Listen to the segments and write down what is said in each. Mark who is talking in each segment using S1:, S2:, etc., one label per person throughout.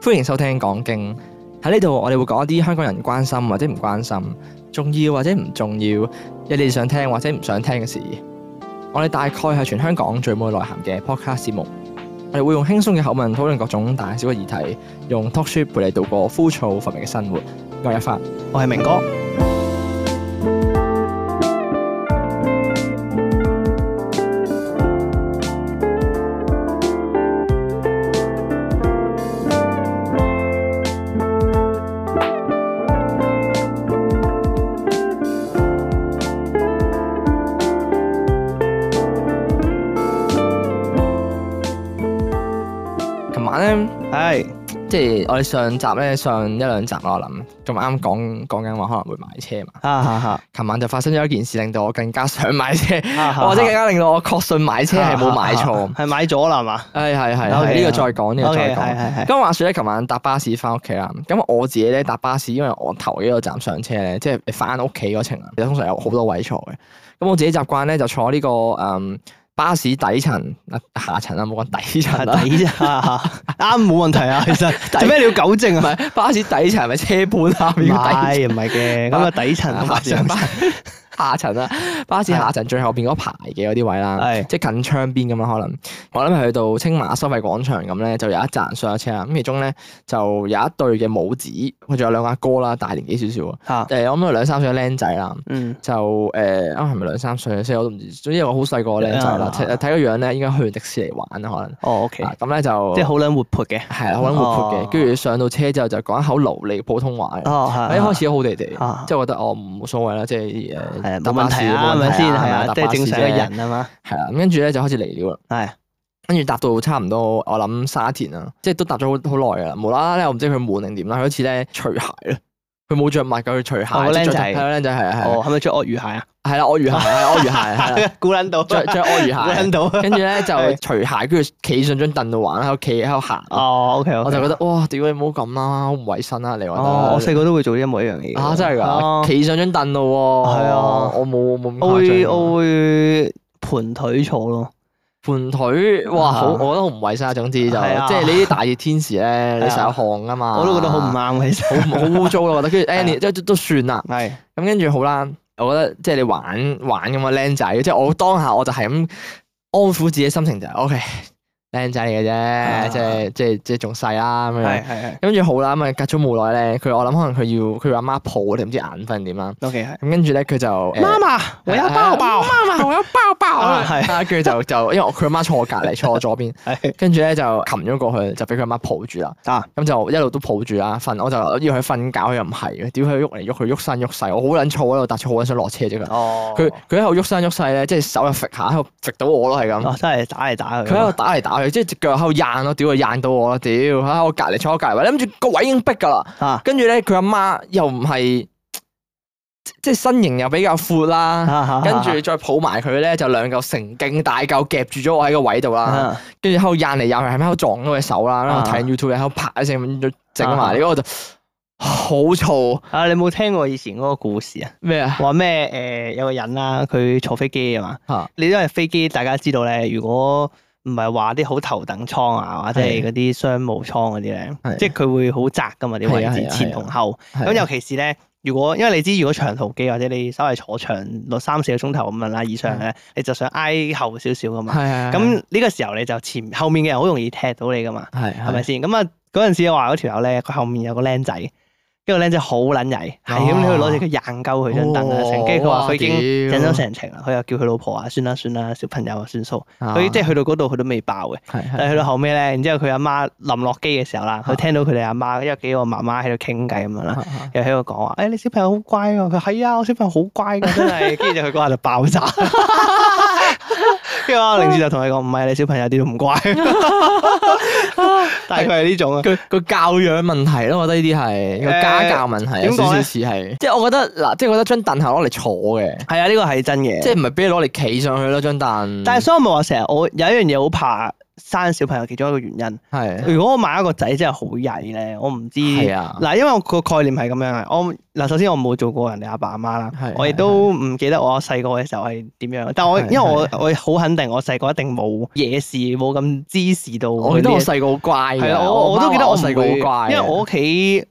S1: 歡迎收聽講經喺呢度，我哋會講一啲香港人關心或者唔關心，重要或者唔重要，有你哋想聽或者唔想聽嘅事。我哋大概係全香港最冇內涵嘅 podcast 節目，我哋會用輕鬆嘅口吻討論各種大小嘅議題，用 talk shit 陪你度過枯燥乏味嘅生活。啊我係一發，
S2: 我係明哥，
S1: 琴晚咧。
S2: 係
S1: 即係我哋上集咧，上一兩集啦，我諗仲啱講講緊話可能會買車嘛。
S2: 哈哈哈
S1: 琴晚就發生咗一件事，令到我更加想買車，
S2: 哈 哈，
S1: 或者更加令到我確信買車係冇買錯。
S2: 係買咗啦係嘛
S1: 係係係，
S2: OK，
S1: 呢個再講，呢個再
S2: ？OK，係
S1: 講。
S2: 係係，
S1: 咁話説咧，琴晚搭巴士翻屋企啦。咁我自己咧搭巴士，因為我頭幾個站上車咧，即係翻屋企嗰程啊，其實通常有好多位坐嘅。咁我自己習慣咧就坐呢、個誒、嗯巴士底層啊下層啊，冇講底 層啦。
S2: 係抵啫，哈哈啱冇問題 啊，其實做咩你要糾正
S1: 唔
S2: 啊？
S1: 係巴士底層係咪車盤下
S2: 唔
S1: 面個底層？
S2: 係唔係嘅，咁啊底 層啊嘛，
S1: 上巴下層啦，巴士下層最後邊嗰排嘅嗰啲位啦，
S2: 係
S1: 即係近窗邊咁啦，可能我諗係去到青馬收費廣場咁咧，就有一站上咗車啦。咁其中咧就有一對嘅母子，佢仲有兩個阿哥啦，大年紀少少啊，
S2: 嚇，
S1: 誒我諗有兩三歲嘅僆仔啦。
S2: 嗯
S1: 就誒啊，係咪兩三歲四我都唔知，總之有個好細個嘅僆仔啦
S2: 啊。
S1: 睇睇個樣咧，應該去迪士尼玩啦，可能
S2: 哦 OK，
S1: 啊咁咧就
S2: 即係好撚活潑嘅，
S1: 係啦，好撚活潑嘅。
S2: 哦
S1: 跟住上到車之後就講一口流利普通話嘅。
S2: 哦係，
S1: 我一哎開始好地地，
S2: 啊
S1: 即係覺得我冇所謂啦，即係誒
S2: 係啊
S1: 搭
S2: 冇
S1: 巴
S2: 問
S1: 士
S2: 題
S1: 冇
S2: 啊，係
S1: 問
S2: 咪
S1: 題
S2: 先
S1: 啊
S2: 係
S1: 咪
S2: 啊，
S1: 搭
S2: 即
S1: 巴
S2: 係
S1: 士
S2: 正常
S1: 啫
S2: 嘅人啊嘛，
S1: 係啦，咁跟住咧就開始嚟料啦，
S2: 係
S1: 跟住搭到差唔多，我諗沙田啦，即係都搭咗好好耐噶啦，無啦啦咧我唔知佢悶定點啦，佢好似咧除鞋啦，佢冇着襪㗎，佢除鞋，
S2: 哦個
S1: 即係
S2: 僆
S1: 着
S2: 仔
S1: 係個僆仔係啊係啊
S2: 哦係咪着鱷魚鞋啊？
S1: 係啦，鱷魚鞋係啦鱷魚鞋係啦，
S2: 估撚到，
S1: 着着鱷
S2: 估
S1: 魚
S2: 撚
S1: 鞋，
S2: 到，
S1: 跟住咧就
S2: 係
S1: 除鞋，跟住企上張凳度玩，喺度企喺度行，啊
S2: 哦 OK
S1: 我就覺
S2: 得，
S1: 得哇屌你唔好咁啦，好唔衞生啊啦，你話
S2: 哦我細個都會做一模一樣嘅嘢，
S1: 啊，真係
S2: 哦
S1: 㗎，企上張凳咯喎，
S2: 係啊
S1: 我冇冇咁
S2: 我
S1: 誇
S2: 會
S1: 張啊
S2: 我會盤腿坐咯，
S1: 盤腿，哇，
S2: 啊
S1: 好，我覺得好唔衞生啊，總之就即
S2: 係啊
S1: 係你啲大熱天時咧，你成日汗啊嘛，
S2: 我都覺得好唔啊啱其實。
S1: 啱，好好污糟咯，啊我覺得。跟住 Annie 即係都都算啦，
S2: 係
S1: 咁跟住好啦，我覺得即係你玩玩咁啊，僆仔，即係我當下我就係咁安撫自己心情就係 OK，僆仔嚟嘅啫，即係即係即係仲細啦咁樣
S2: 啊係。係
S1: 跟住好啦，咁啊隔咗冇耐咧，佢我諗可能佢要佢阿媽抱定唔知眼瞓點啦。
S2: 係，OK 係。
S1: 咁跟住咧，佢就
S2: 媽媽，我要
S1: 啊
S2: 抱抱。
S1: 媽媽，我有包包
S2: 啊係
S1: 係，跟住就就因為佢阿媽坐我隔離，坐我左 邊，
S2: 係
S1: 跟住咧就擒咗過去，就俾佢阿媽抱住啦。
S2: 啊，
S1: 咁就一路都抱住啦，瞓我就要佢瞓覺，佢又唔係嘅，屌佢喐嚟喐去，喐身喐勢，我好撚燥啊喺度，搭車好撚想落車啫佢。
S2: 哦
S1: 佢佢喺度喐身喐勢咧，即係手又揈下，喺度揈到我咯，係咁。
S2: 哦真係打嚟打去。
S1: 佢喺度打嚟打去，即係隻腳喺度掗咯，屌佢掗到我啦，屌喺我隔離坐我隔離位，諗住個位已經逼㗎啦。
S2: 啊
S1: 跟住咧，佢阿媽又唔係即係身形又比較闊啦。
S2: 啊
S1: 跟住再抱埋佢咧，就兩嚿成勁大嚿夾住咗我喺個位度啦，
S2: 啊
S1: 跟住喺度掗嚟掗去，係咪喺度撞到佢手啦？喺度睇緊 YouTube，喺度啪一聲咁整埋，你嗰個就好燥
S2: 啊，你冇聽過以前嗰個故事啊？
S1: 咩啊？
S2: 話咩誒有個人啦，佢坐飛機啊嘛。
S1: 嚇
S2: 你因為飛機大家知道咧，如果唔係話啲好頭等艙啊，或者係嗰啲商務艙嗰啲咧
S1: 係，
S2: 即係佢會好窄噶嘛啲位
S1: 係啊係
S2: 置
S1: 啊，係
S2: 前
S1: 啊
S2: 同後。咁
S1: 咁
S2: 尤其是咧，如果因為你知，如果長途機或者你稍微坐長落三四個鐘頭咁樣啦以上咧，你就想挨後少少噶嘛。
S1: 係啊，
S2: 咁呢個時候你就前後面嘅人好容易踢到你噶嘛，
S1: 係
S2: 係咪先？咁啊嗰陣時我話嗰條友咧，佢後面有個僆仔，跟住個僆仔好撚曳，係咁喺度攞隻腳硬鳩佢張凳啊，成跟住佢話佢已經整咗成程啦，佢又叫佢老婆啊，算啦算啦，小朋友啊算數，佢即係去到嗰度佢都未爆嘅。但係去到啊後尾咧，然之後佢阿媽臨落機嘅時候啦，佢聽到佢哋阿媽，因為幾個媽媽喺度傾偈咁樣啦。又喺度講話，誒、哎你小朋友好乖喎、佢係啊，我小朋友好乖㗎，真係。 跟住就佢嗰下就爆炸。跟住我寧志就同佢講，唔係你小朋友一啲都唔 乖，大概係呢種啊。
S1: 佢個教養問題咯，我覺得呢啲係個家教問題，有少少似係，即係我覺得嗱，即係覺得張凳係攞嚟坐嘅，
S2: 係啊，呢個係真嘅。
S1: 即係唔係俾你攞嚟企上去咯張凳。
S2: 但係所以我咪話成日我有一樣嘢好怕，生小朋友其中一個原因。
S1: 係
S2: 如果我買一個仔真係好曳咧，我唔知
S1: 係啊，
S2: 嗱，因為我個概念係咁樣嘅。啊我嗱首先我冇做過人哋阿爸阿媽啦
S1: 係，
S2: 我亦都唔記得我細個嘅時候係點樣。但我
S1: 係
S2: 因為我
S1: 係
S2: 我好肯定，我細個一定冇野事，冇咁知事到。
S1: 我記得我細個好乖嘅
S2: 係啊，我我都記得我
S1: 媽話
S2: 細
S1: 細個
S2: 個
S1: 好啊乖嘅，
S2: 因為我屋企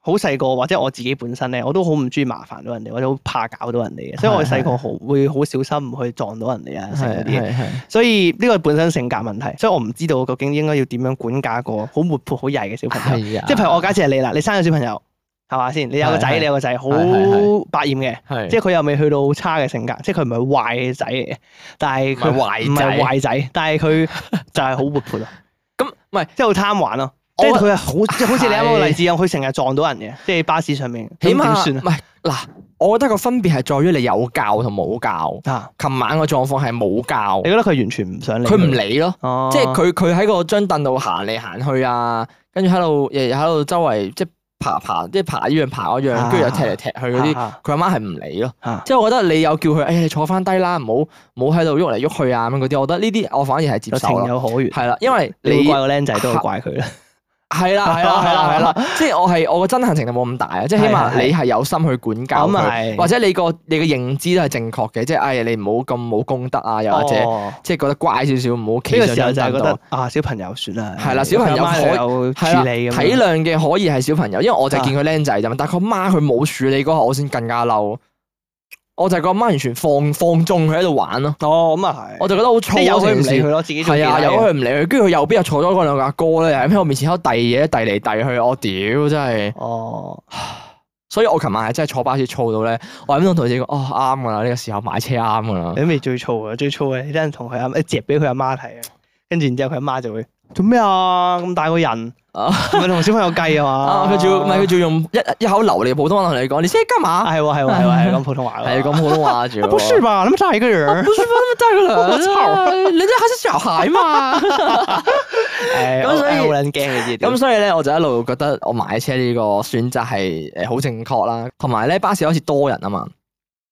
S2: 好細個，或者我自己本身咧，我都好唔中意麻煩到人哋，或者好怕搞到人哋嘅，所以我細個好會好小心唔去撞到人哋啊，成嗰
S1: 係
S2: 啲 嘢。
S1: 係係
S2: 所以呢個本身性格問題，所以我唔知道究竟應該要點樣管教一個好活潑、好曳嘅小朋友。
S1: 係啊，
S2: 即係譬如我假設係你啦，你生咗小朋友係嘛先？你有個
S1: 係
S2: 仔，
S1: 係
S2: 你有個仔好
S1: 係係
S2: 百厭嘅，
S1: 係
S2: 即係佢又未去到好差嘅性格，即係佢唔係壞嘅仔嚟嘅，但係佢
S1: 唔係壞
S2: 唔係
S1: 仔
S2: 壞仔，但係佢就係好活潑咯，
S1: 咁唔係，
S2: 即係好貪玩咯。
S1: 我
S2: 即係佢係好，即係好似你啱啱個例子咁，佢成日撞到人嘅，即係巴士上面，咁
S1: 起
S2: 點
S1: 碼
S2: 算啊
S1: 唔係嗱，我覺得個分別係在於你有教同冇教。
S2: 啊？啊，
S1: 琴晚個狀況係冇教
S2: 你，覺得佢完全唔想理
S1: 佢唔，理咯。
S2: 哦
S1: 即係佢佢喺個張凳度行嚟行去啊，跟住喺度日日喺度周圍即係爬爬，即係爬呢樣爬嗰樣，跟住又踢嚟踢去嗰啲，
S2: 啊
S1: 佢阿媽係唔理咯。
S2: 啊啊
S1: 即係我覺得你有叫佢，哎呀你坐翻低啦，唔好唔好喺度喐嚟喐去啊咁樣嗰啲，我覺得呢啲我反而係接
S2: 就
S1: 受
S2: 情
S1: 咯。
S2: 有可原。
S1: 係啦，因為
S2: 你會
S1: 啊你
S2: 怪個僆仔都會怪佢啦，
S1: 係啦 係啦係啦係啦，即係我係我個憎恨程度冇咁大啊，即係起碼你係有心去管教
S2: 咁啊
S1: 佢，
S2: 係
S1: 或者你個你嘅認知都係正確嘅，即係哎呀你唔好咁冇公德啊，又或者
S2: 哦
S1: 即係覺得乖少少，唔好
S2: 呢
S1: 企
S2: 個
S1: 上
S2: 時候
S1: 張
S2: 就
S1: 凳
S2: 係覺
S1: 度。
S2: 得啊，小朋友算啦，
S1: 係啦小朋友
S2: 佢阿媽
S1: 可
S2: 有
S1: 係啦
S2: 處理咁樣，啊
S1: 體諒嘅可以係小朋友，因為我就係見佢僆仔啫嘛。但係佢媽佢冇處理嗰下，我先更加嬲。我就係個媽完全放放縱佢喺度玩咯，
S2: 哦，咁啊係，
S1: 我就覺得好
S2: 即係
S1: 燥
S2: 有
S1: 咯。
S2: 佢唔理佢
S1: 佢，
S2: 咯，自己做
S1: 係啊，
S2: 其他
S1: 有
S2: 嘢
S1: 佢唔理佢，跟住佢右邊又坐咗嗰兩個阿哥咧，喺我面前喺度遞嘢，遞嚟遞去，我屌真係。
S2: 哦，
S1: 所以我琴晚係真係坐巴士燥到咧，我喺度同自己講，哦啱噶啦，呢個時候買車啱噶啦
S2: 你。都未最燥啊，最燥嘅你真係同佢阿媽，你夾俾佢阿媽睇啊，跟住然之後佢阿媽就會做咩啊？咁大個人，
S1: 啊
S2: 唔係同小朋友計 啊
S1: 啊，
S2: 嘛？
S1: 佢仲要唔係佢仲要用一一口流利嘅普通話同你講，你識幹
S2: 啊
S1: 嘛？
S2: 係喎係 喎係喎係講普通話
S1: 係
S2: 咯，
S1: 講普通話住
S2: 啊。不是吧？咁大一個 人，
S1: 不是那么大个
S2: 我
S1: 人，
S2: 操
S1: 人家還是小孩啊嘛。
S2: 係
S1: 咁
S2: 我
S1: 所以
S2: 係好撚驚嘅呢啲，
S1: 咁所以咧，我就一路覺得我買車呢個選擇係誒好正確啦，同埋咧巴士開始多人啊嘛，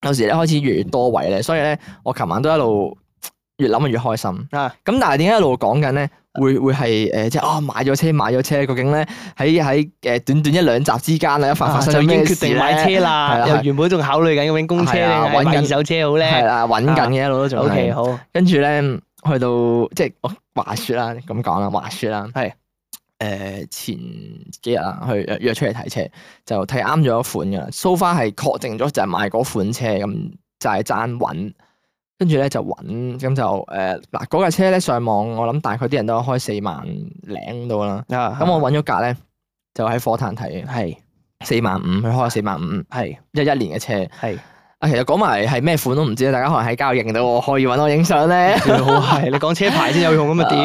S1: 有時咧開始越嚟越多位咧，所以咧我琴晚都一路越諗越開心。咁
S2: 啊
S1: 但係點解一路講緊咧？會會係誒即係啊買咗車買咗車，究竟咧喺喺誒短短一兩集之間啊，一發
S2: 啊
S1: 發生
S2: 就
S1: 咗
S2: 已經
S1: 咩
S2: 決
S1: 事
S2: 定
S1: 咧？
S2: 買車
S1: 係
S2: 啦，
S1: 啦
S2: 由
S1: 係
S2: 原本仲考慮緊揾公車定
S1: 係啊
S2: 係
S1: 揾緊
S2: 買二手車好
S1: 係
S2: 咧
S1: 啦，揾緊嘅一路都仲
S2: ？O
S1: 係
S2: K。好，
S1: 跟住咧，去到即係我話説啦，咁講啦，話説啦，
S2: 係
S1: 誒、前幾日啊，去約約出嚟睇車，就睇啱咗款噶啦，so far 係確定咗就係買嗰款車，咁就係爭揾。跟住咧就揾，咁就誒嗱嗰架車咧上網，我諗大概啲人都開四萬零到啦。
S2: 啊
S1: 咁我揾咗架咧，就喺火炭睇嘅，
S2: 係
S1: 四萬五，佢開四萬五，
S2: 係
S1: 一一年嘅車。
S2: 係。
S1: 啊，其實講埋係咩款都唔知啊，大家可能喺交易認到我，可以揾我影相咧。
S2: 好係，你講車牌先有用咁 啊屌，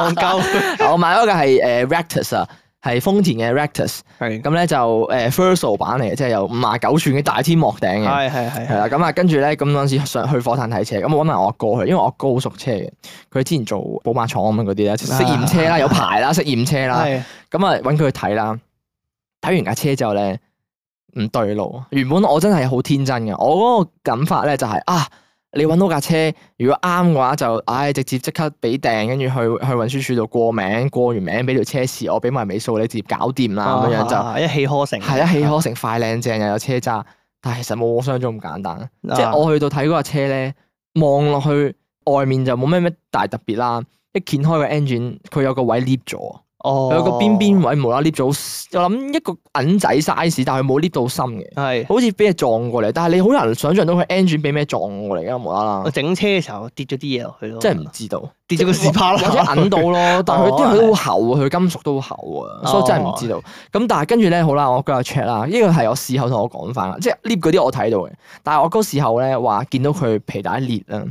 S1: 哦
S2: 戇鳩。
S1: 我買嗰個係誒 Rectus 啊，係豐田嘅 Rectus，
S2: 係
S1: 咁咧就誒 Verso 版嚟嘅，即係有五廿九寸嘅大天幕頂嘅。
S2: 係係
S1: 係
S2: 係
S1: 啦，咁啊，跟住咧，咁嗰陣時上去火炭睇車，咁我揾埋我阿哥去，因為我阿哥好熟車嘅，佢之前做寶馬廠咁樣嗰啲咧，識驗車啦，有牌啦，識驗車啦，
S2: 啊係
S1: 咁啊揾佢去睇啦，睇完架車之後咧唔對路，原本我真係好天真嘅，我嗰個諗法咧就係、啊，你揾到架車如果啱嘅話就唉、直接即刻俾訂，跟住去去運輸署度過名，過完名俾條車匙，我俾埋尾數你直接搞掂
S2: 啊
S1: 啦咁樣就
S2: 就一氣呵成。
S1: 係啊一氣呵成快靚正又啊有車揸，但係其實冇我想像中咁簡單。
S2: 啊
S1: 即係我去到睇嗰架車咧，望落去外面就冇咩咩大特別啦，一掀開個 engine，佢有個位 lift 咗。
S2: 哦
S1: 佢有個邊邊位無啦啦 lift 咗，我諗一個銀仔 size，但係佢冇 lift 到深嘅，
S2: 係
S1: 好似俾嘢撞過嚟。但係你好難想像到佢 engine 俾咩撞過嚟㗎，無啦
S2: 我
S1: 啦，
S2: 整車嘅時候跌咗啲嘢落去咯，
S1: 真係唔知道。
S2: 跌啊咗個屎巴啦，哦
S1: 或者揞到 咯，但係佢因為佢都好厚啊，佢金屬都好厚啊，所以真係唔知道。咁但係跟住咧，好啦，我嗰日 check 啦，呢個係我事後同我講翻啦，即係 lift 嗰啲我睇到嘅，但係我嗰事後咧話見到佢皮帶裂啦，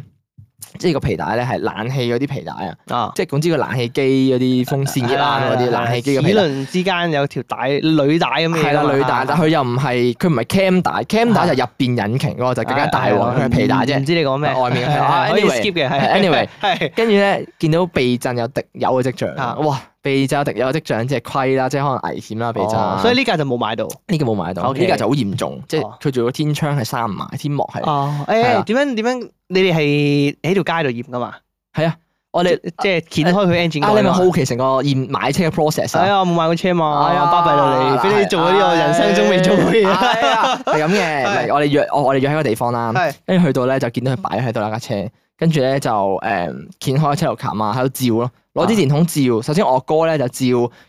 S1: 即係個皮帶咧係冷氣嗰啲皮帶啊，
S2: 啊。
S1: 即係總之個冷氣機嗰啲風扇一冷嗰啲冷氣機嘅
S2: 齒
S1: 皮帶。
S2: 輪之間有條帶履帶咁嘅嘢
S1: 係
S2: 㗎
S1: 啦，
S2: 嘛啊
S1: 履帶，但佢又唔係佢唔係 cam 帶，cam 帶就入邊引擎嗰個就更加大鑊，
S2: 啊
S1: 佢係皮帶
S2: 唔
S1: 啫。
S2: 知你講嗯咩？
S1: 外面 嘅皮帶啊
S2: 係係可以
S1: anyway，
S2: skip 嘅係
S1: 係 anyway
S2: 係
S1: 跟住咧，見到避震有滴油嘅跡
S2: 啊
S1: 象，哇！避震有滴油嘅跡象，即係虧啦，即係可能危險啦，避震。
S2: 哦所以呢架就冇買到。
S1: 呢個冇買到，
S2: OK
S1: 呢個就好嚴重，即
S2: 哦
S1: 係佢做個天窗係閂埋，天幕係
S2: 哦，
S1: 係
S2: 誒
S1: 啦
S2: 點樣點樣？你哋係喺條街度驗㗎嘛？
S1: 係啊，
S2: 我哋即係掀開佢 engine
S1: 啊，你咪
S2: 蓋
S1: 好奇成個現買車嘅 process
S2: 係
S1: 啊？
S2: 啊，我冇買過車嘛，
S1: 哎呀哎
S2: 巴閉到你，俾你做嗰啲我人生中未做過嘅嘢。
S1: 係啊係咁 嘅，唔係我哋約我我哋約喺個地方啦，
S2: 係
S1: 跟住去到咧就見到佢
S2: 嗯
S1: 擺喺度啦架車，跟住咧就誒掀開車頭琴啊，喺度照咯，攞啲電筒照。首先我哥咧就照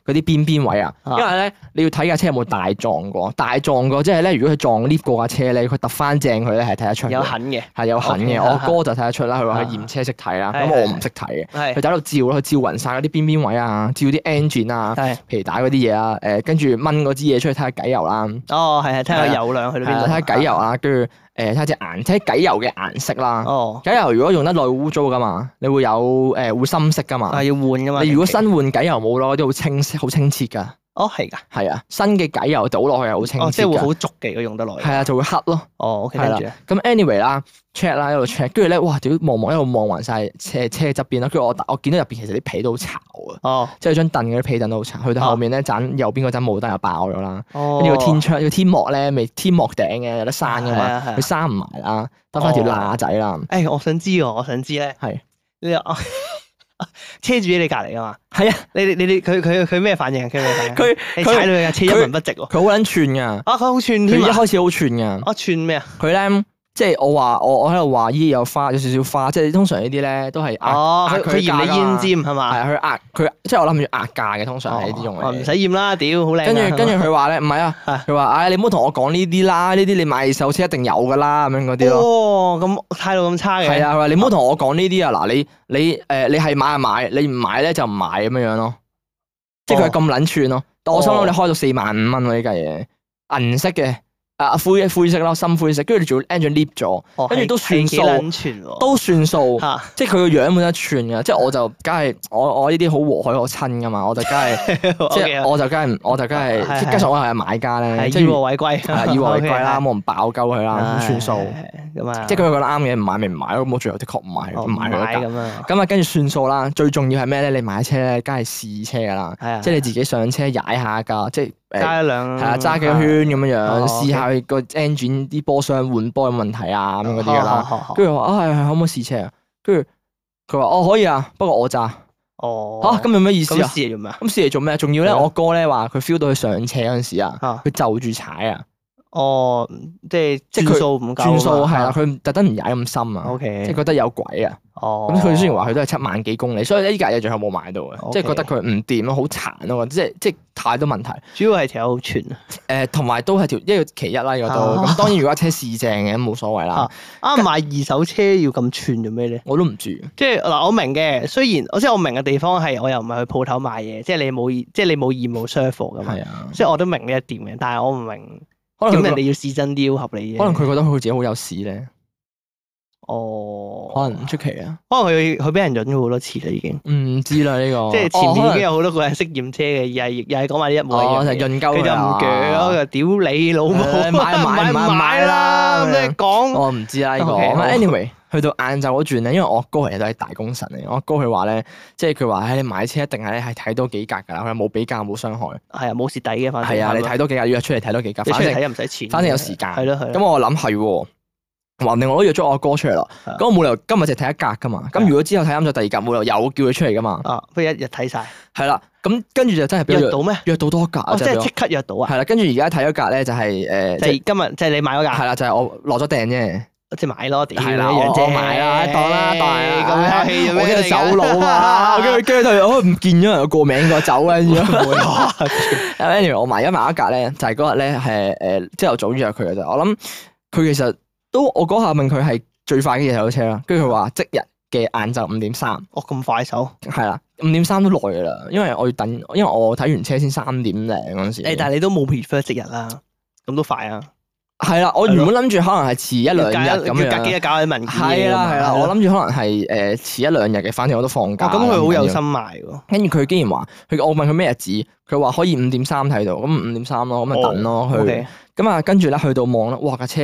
S1: 嗰啲邊邊位啊，因
S2: 啊
S1: 為咧你要睇架車有冇大撞過，大撞過即係咧如果佢撞 lift 過架車咧，佢揼翻正佢咧係睇得出嘅，
S2: 有痕嘅，
S1: 係有痕嘅。
S2: OK，
S1: 我
S2: 啊
S1: 哥就睇得出啦，佢話佢
S2: 啊
S1: 驗車識睇啦，
S2: 係
S1: 咁
S2: 係
S1: 我唔識睇嘅。佢
S2: 係
S1: 就喺度照咯，佢照暈晒嗰啲邊邊位啊，照啲 engine 啊。
S2: 係
S1: 皮帶嗰啲嘢啊，誒跟住掹嗰支嘢出去睇下偈油啦，
S2: 哦，係係，睇下
S1: 係啊
S2: 油量去
S1: 係
S2: 到邊
S1: 啊
S2: 度，
S1: 睇下偈油啦，跟住誒睇下隻顏，睇偈油嘅顏色啦。
S2: 哦，
S1: 偈油如果用得耐會污糟噶嘛，你會有誒會深色噶嘛
S2: 啊。要換噶嘛。
S1: 你如果
S2: 定期
S1: 新換偈油冇咯，啲好清晰、好清澈噶，
S2: 哦係㗎，
S1: 係啊，新嘅偈油倒落去係好清
S2: 哦即
S1: 澈
S2: 係會好
S1: 㗎，
S2: 足嘅，如果用得耐。
S1: 係啊就會黑咯。
S2: 哦，OK，
S1: 係
S2: 跟
S1: 啦
S2: 住呢
S1: 咁 anyway 啦，check 啦，一路 check，跟住咧，哇屌望望一路望暈晒車車側邊啦，跟住我我見到入邊其實啲皮都好巢啊，
S2: 哦
S1: 即係張凳嗰啲皮凳都好巢，去到後
S2: 啊
S1: 面咧盞右邊嗰盞霧燈又爆咗啦。
S2: 哦，
S1: 呢個天窗，呢個天幕咧，未天幕頂嘅有得閂噶
S2: 係
S1: 嘛，
S2: 啊係啊哦
S1: 佢閂唔埋啦，得翻條罅仔啦，
S2: 誒，我想知喎，我想知咧，
S1: 係
S2: 你話 車主喺你隔離啊嘛？
S1: 係啊，
S2: 你你你你佢佢佢咩反應啊？佢咩反應啊？
S1: 佢
S2: 你
S1: 佢
S2: 踩到佢架車一
S1: 佢
S2: 文不值喎！
S1: 佢好撚串噶，
S2: 啊，佢好串
S1: 佢
S2: 添
S1: 一
S2: 啊！
S1: 開始好串噶，
S2: 啊，串咩啊？
S1: 佢咧即係我話我我喺度話依有花有少少花，即係通常呢啲咧都係呃
S2: 哦，佢
S1: 佢
S2: 佢嫌你
S1: 價㗎嘛
S2: 煙尖係
S1: 係
S2: 嘛？
S1: 啊佢呃佢，即係我諗住呃價嘅，通常係呢啲用
S2: 哦唔
S1: 嚟。
S2: 使驗啦，屌好靚啊。
S1: 跟 住跟住
S2: 係嘛
S1: 佢話咧唔係啊，
S2: 啊
S1: 佢話唉你唔好同我講呢啲啦，呢啲你買二手車一定有噶啦咁樣嗰啲咯。
S2: 哦，咁態度咁差嘅。
S1: 係啊，佢話你唔好同我講呢啲啊！嗱，你你誒，你係買就買，你唔買咧就唔買咁樣樣咯。即係佢係咁撚串咯。但我心諗
S2: 哦
S1: 你開到四萬五蚊喎呢架嘢，銀色嘅，啊灰灰色啦，深灰色，跟住你仲要 engine lift 咗，
S2: 哦，
S1: 跟住都算
S2: 係係幾
S1: 數
S2: 撚串喎。
S1: 都算數。
S2: 嚇
S1: 即係佢個樣冇得串嘅，即係我就梗係我我呢啲好和藹可親噶嘛，我就梗 係即係我就梗係我就梗係，
S2: 係係
S1: 即係加上我係買家咧，
S2: 啊係
S1: 即
S2: 以
S1: 係啊
S2: 和為貴，啊
S1: 係以和 為貴啦，
S2: OK，
S1: 冇人爆鳩佢啦，
S2: 係
S1: 咁算數。
S2: 係係咁啊，
S1: 即係佢覺得啱嘅，唔買咪唔買咯。咁我最後的確唔買，
S2: 哦
S1: 唔買佢一架
S2: 咁啊，
S1: 咁啊，跟住算數啦。最重要係咩咧？你買車咧，梗係試車噶啦，
S2: 係啊，
S1: 即係你自己上車踩下㗎，即係誒
S2: 揸一兩
S1: 係啊，揸幾個圈咁樣樣，
S2: 哦
S1: 試下佢個 engine 啲波箱換波有冇問題啊咁樣嗰啲噶啦。
S2: 哦哦哦
S1: 跟住我話啊，係係可唔可以試車啊？跟住佢話哦可以啊，不過我揸
S2: 哦，
S1: 嚇咁有咩意思
S2: 咁
S1: 啊？
S2: 試做咩啊？
S1: 咁試嚟做咩？仲要咧，
S2: 係咯
S1: 我哥咧話佢 feel 到佢上車嗰陣時啊，
S2: 嚇
S1: 佢就住踩啊，
S2: 哦，即係
S1: 即係佢
S2: 轉數唔夠啊嘛，
S1: 轉數係啦，佢特登唔踩咁深啊，
S2: O
S1: 即
S2: K，
S1: 係覺得有鬼啊。
S2: 哦，
S1: 咁佢雖然話佢都係七萬幾公里，所以呢架嘢最後冇買到嘅，即係
S2: 哦 OK
S1: 覺得佢唔掂咯，好殘咯，即係即係太多問題。
S2: 主要係條友好串啊，
S1: 誒，同埋都係條一個其一啦，嗰度。
S2: 啊
S1: 咁當然如果架車試正嘅咁冇所謂啦
S2: 啊，啊買二手車要咁串做咩咧？
S1: 我都唔住。
S2: 即係嗱，我明嘅，雖然我即係我明嘅地方係，我又唔係去鋪頭買嘢，即係你冇即係你冇義務 serve 㗎嘛，
S1: 係啊，
S2: 即係我都明呢一點嘅，但係我唔明
S1: 可能
S2: 點人
S1: 佢
S2: 哋要試真啲好合理嘅，
S1: 可能佢覺得佢自己好有屎咧，
S2: 哦，
S1: 可能唔出奇啊。
S2: 可能佢佢俾人潤咗好多次啦，已經，
S1: 唔知啦呢個，
S2: 即係前面已經
S1: 有
S2: 有好多個人識驗車嘅，又係又係講埋呢一模一
S1: 哦，
S2: 樣
S1: 就
S2: 嘅
S1: 係潤
S2: 嘢。
S1: 鳩
S2: 佢就唔鋸咯，佢
S1: 咯。
S2: 話屌你老母，
S1: 誒買買
S2: 買
S1: 唔買
S2: 唔買
S1: 啦咁
S2: 啦，
S1: 樣哦
S2: 咁你講
S1: 我唔知啦呢個。
S2: OK，
S1: 咁啊
S2: 好
S1: anyway，去到晏晝嗰轉咧，因為我哥其實都係大功臣嚟，我哥佢話咧，即係佢話唉，你買車一定係係睇多幾格㗎啦，佢話冇比較冇傷害。
S2: 係啊，冇蝕底嘅，反正
S1: 係啊，
S2: 係
S1: 你
S2: 嘛
S1: 睇多幾日約出嚟睇多幾日，
S2: 你出
S1: 反
S2: 嚟
S1: 正
S2: 睇又啊唔使錢，
S1: 反正有時間
S2: 係咯係
S1: 咁
S2: 咯，
S1: 我諗係喎。橫掂我都約咗我阿哥出嚟啦，
S2: 係啊
S1: 咁我冇理由今日就睇一格噶嘛。咁
S2: 係啊
S1: 如果之後睇啱咗第二格，冇理由又叫佢出嚟噶嘛。
S2: 啊，不如一日睇晒
S1: 係啦，咁跟住就真係俾佢
S2: 約
S1: 約
S2: 到咩？
S1: 約到多格啊，
S2: 哦，即
S1: 真係俾
S2: 係
S1: 我
S2: 即刻約到啊！
S1: 係啦。跟住而家睇咗格咧就係誒，
S2: 就
S1: 即
S2: 係今日，即係你買嗰
S1: 係
S2: 架，
S1: 啦，就係我落咗訂啫。
S2: 即係買咯，屌
S1: 係啦，
S2: 一
S1: 我
S2: 樣啫，
S1: 我買啦，當啦當
S2: à.
S1: 啦，
S2: 咁
S1: 唉
S2: 客氣 做
S1: 我驚
S2: 咩嚟
S1: 佢
S2: 㗎？
S1: 走佬 啊嘛，我驚佢驚佢我唔見咗人個過名個走啊咁樣。
S2: 冇啊，
S1: anyway，我埋咗埋一格咧，就係嗰日咧係誒朝頭早約佢嘅啫。我諗佢其實都我嗰下問佢係最快嘅嘢有車啦，跟住佢話即日嘅晏晝五點三，
S2: 我咁快手，
S1: 係啦，五點三都耐噶啦，因為我要等，因為我睇完車先三點零嗰陣時。
S2: 誒，但係你都冇 prefer 即日啦，咁都快啊！
S1: 係啦，我原本諗住可能係遲一兩日咁
S2: 要隔幾
S1: 樣。
S2: 日搞啲文件
S1: 係啦係啦，我諗住可能係誒遲一兩日嘅，反正我都放假。
S2: 咁佢好有。心賣喎，
S1: 跟住佢竟然話佢，我問佢咩日子，佢話可以五點三睇到，咁五點三咯，咁咪等咯
S2: 哦
S1: 佢。
S2: OK，
S1: 咁啊，跟住咧去到望啦，哇架車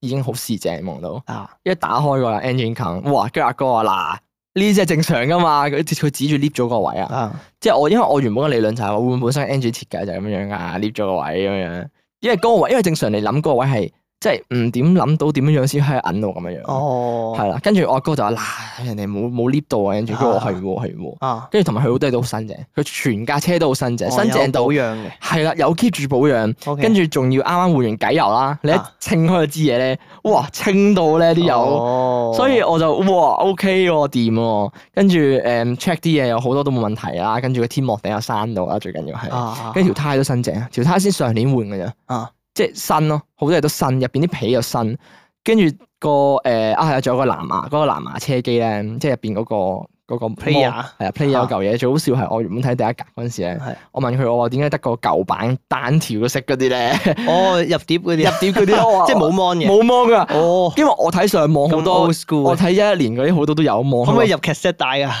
S1: 已經好市正望到，
S2: 啊，
S1: 一打開個 engine c 哇！跟住阿哥話嗱，呢只係正常噶嘛，佢佢指住 lift 咗個位啊，
S2: 啊
S1: 即係我因為我原本嘅理論就係啊話會唔會本身 engine 設計就係咁樣噶，lift 咗個位咁樣，因為嗰個位因為正常你諗嗰個位係即係唔點諗到點樣樣先可以揞到咁樣樣。
S2: 哦，
S1: 係啦，跟住我阿哥就話嗱，人哋冇冇 lift 到啊，跟住佢話係喎係喎，
S2: 啊，
S1: 跟住同埋佢好多嘢都好新淨，佢全架車都好新
S2: 哦
S1: 淨，新淨
S2: 到
S1: 到
S2: 樣嘅
S1: 係啦，有 keep 住保養，
S2: ，OK，
S1: 跟住仲要啱啱換完偈油啦，你一
S2: 啊哦
S1: 清開支嘢咧，哇清到咧啲油。
S2: 有
S1: 所以我就哇 OK 喎，掂喎，跟住誒 check 啲嘢有好多都冇問題啦，跟住個天幕頂有閂到啦，最緊要係，
S2: 啊，
S1: 跟住條胎都新淨，條胎先上年換嘅咋
S2: 啊，
S1: 即係新咯，好多嘢都新，入邊啲皮又新，跟住個誒啊係啊，仲有個藍牙嗰個藍牙車機咧，即係入邊嗰個嗰個
S2: Player
S1: 模係啊 player 有嚿嘢，最好笑係我原本睇第一格嗰陣時咧
S2: 係，
S1: 我問佢我話點解得個舊版單條都識嗰啲咧，
S2: 哦入碟嗰
S1: 入
S2: 啲啊，
S1: 碟嗰 啲我話
S2: 即係冇 mon 嘅，
S1: 冇芒㗎，
S2: 哦，
S1: 因為我睇上網好
S2: 咁
S1: 多
S2: old。school
S1: 我
S2: 啊
S1: 睇一一年嗰啲好多都有望，
S2: 可唔可以入劇 set 帶啊？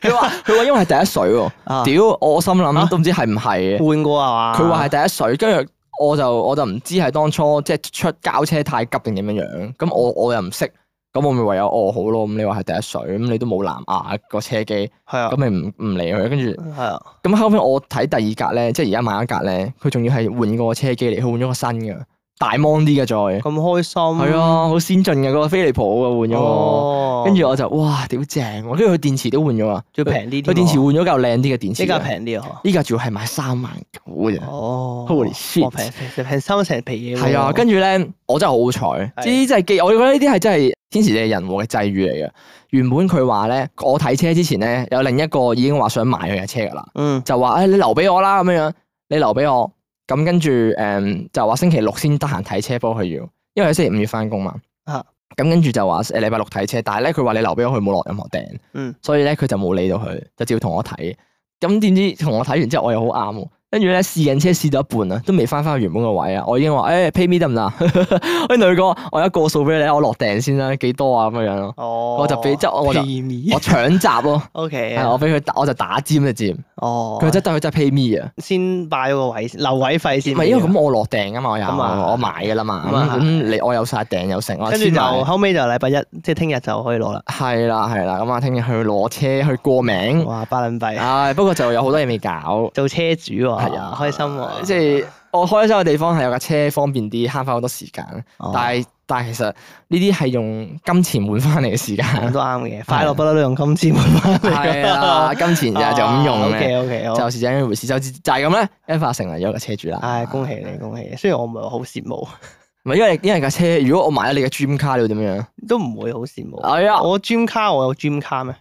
S1: 佢 話佢話因為係第一水喎，
S2: 啊
S1: 屌我心
S2: 啊
S1: 諗都唔知係唔係嘅。
S2: 換過啊嘛？
S1: 佢話係第一水，跟住我就我就唔知係當初即係出交車太急定點樣樣，咁我我又唔識，咁我咪唯有哦好咯，咁你話係第一水，咁你都冇藍牙個車機，
S2: 係啊
S1: 咁，咪唔唔理佢，跟住
S2: 係啊，
S1: 咁後尾我睇第二格咧，即係而家買一格咧，佢仲要係換個車機嚟，佢換咗個新嘅大 mon 啲嘅再，係
S2: 咁開心。
S1: 啊，好先進嘅嗰個飛利浦啊嘅換咗個。
S2: 嗯哦，
S1: 跟住我就哇屌正喎，跟住佢電池都換咗啊，
S2: 最平啲添喎，
S1: 佢電池換咗嚿靚啲嘅電池
S2: 呢
S1: 㗎，
S2: 架平啲啊！
S1: 呢架仲要係買三萬九啊嘅啫。
S2: 哦
S1: Holy shit
S2: 哇平平平三成皮嘢喎。
S1: 係啊，跟住咧，我真係好彩，呢
S2: 係
S1: 啲真係機，我覺得呢啲係真係天時地利人和嘅際遇嚟嘅。原本佢話咧，我睇車之前咧，有另一個已經話想買佢嘅車㗎啦，
S2: 嗯
S1: 就話誒、哎你留俾我啦咁樣樣，你留俾我，咁跟住誒就話星期六先得閒睇車幫佢要，因為佢星期五要翻工嘛。
S2: 啊
S1: 咁跟住就話誒禮拜六睇車，但係咧佢話你留俾我，佢冇落任何訂。
S2: 嗯，
S1: 所以咧佢就冇理到佢，就照同我睇。咁點知同我睇完之後，我又好啱喎。跟住咧試緊車試到一半啊，都未翻翻去原本個位啊，我已經話誒 pay me 得唔得啊？ 跟住佢講我有一個數俾你，我落訂先啦，幾多啊咁樣樣咯。
S2: 哦，
S1: 我就俾即係我就
S2: 便宜
S1: 我搶閘咯，
S2: O K
S1: 係我俾佢打我就打尖嘅尖，
S2: 哦，
S1: 佢真係佢真係 pay me 啊！
S2: 先霸咗個位先，留位費先。
S1: 唔係因為咁我落訂啊嘛，我有
S2: 啊咁啊
S1: 我買嘅啦嘛，
S2: 咁啊
S1: 咁咁你我有晒訂有成，我
S2: 跟住
S1: 簽
S2: 就
S1: 埋
S2: 後尾就禮拜一，即係聽日就可以攞啦。
S1: 係啦係啦，咁啊聽日去攞車去過名，
S2: 哇，百撚幣，
S1: 唉不過就有好多嘢未搞。
S2: 做車主喎，
S1: 啊係啊
S2: 開心喎，
S1: 即係我開心嘅地方係有架車方便啲，慳翻好多時間。
S2: 哦
S1: 但係但係其實呢啲係用金錢換翻嚟嘅 時間，
S2: 咁都啱
S1: 啊
S2: 嘅，快樂不嬲都用金錢換翻嚟㗎。
S1: 係啦，金
S2: 哦
S1: 錢就係就咁用
S2: O K
S1: 嘅，
S2: O K，
S1: 就是這樣一回事。就就係咁咧，一發成為咗個車主啦。
S2: 唉，恭喜你，恭喜你！雖然我唔係話好羨慕，
S1: 唔係因為因為架車，如果我買咗你嘅 dream car，你會點樣？
S2: 都唔會好羨慕。
S1: 係啊，
S2: 我 dream car 我有 dream car 咩？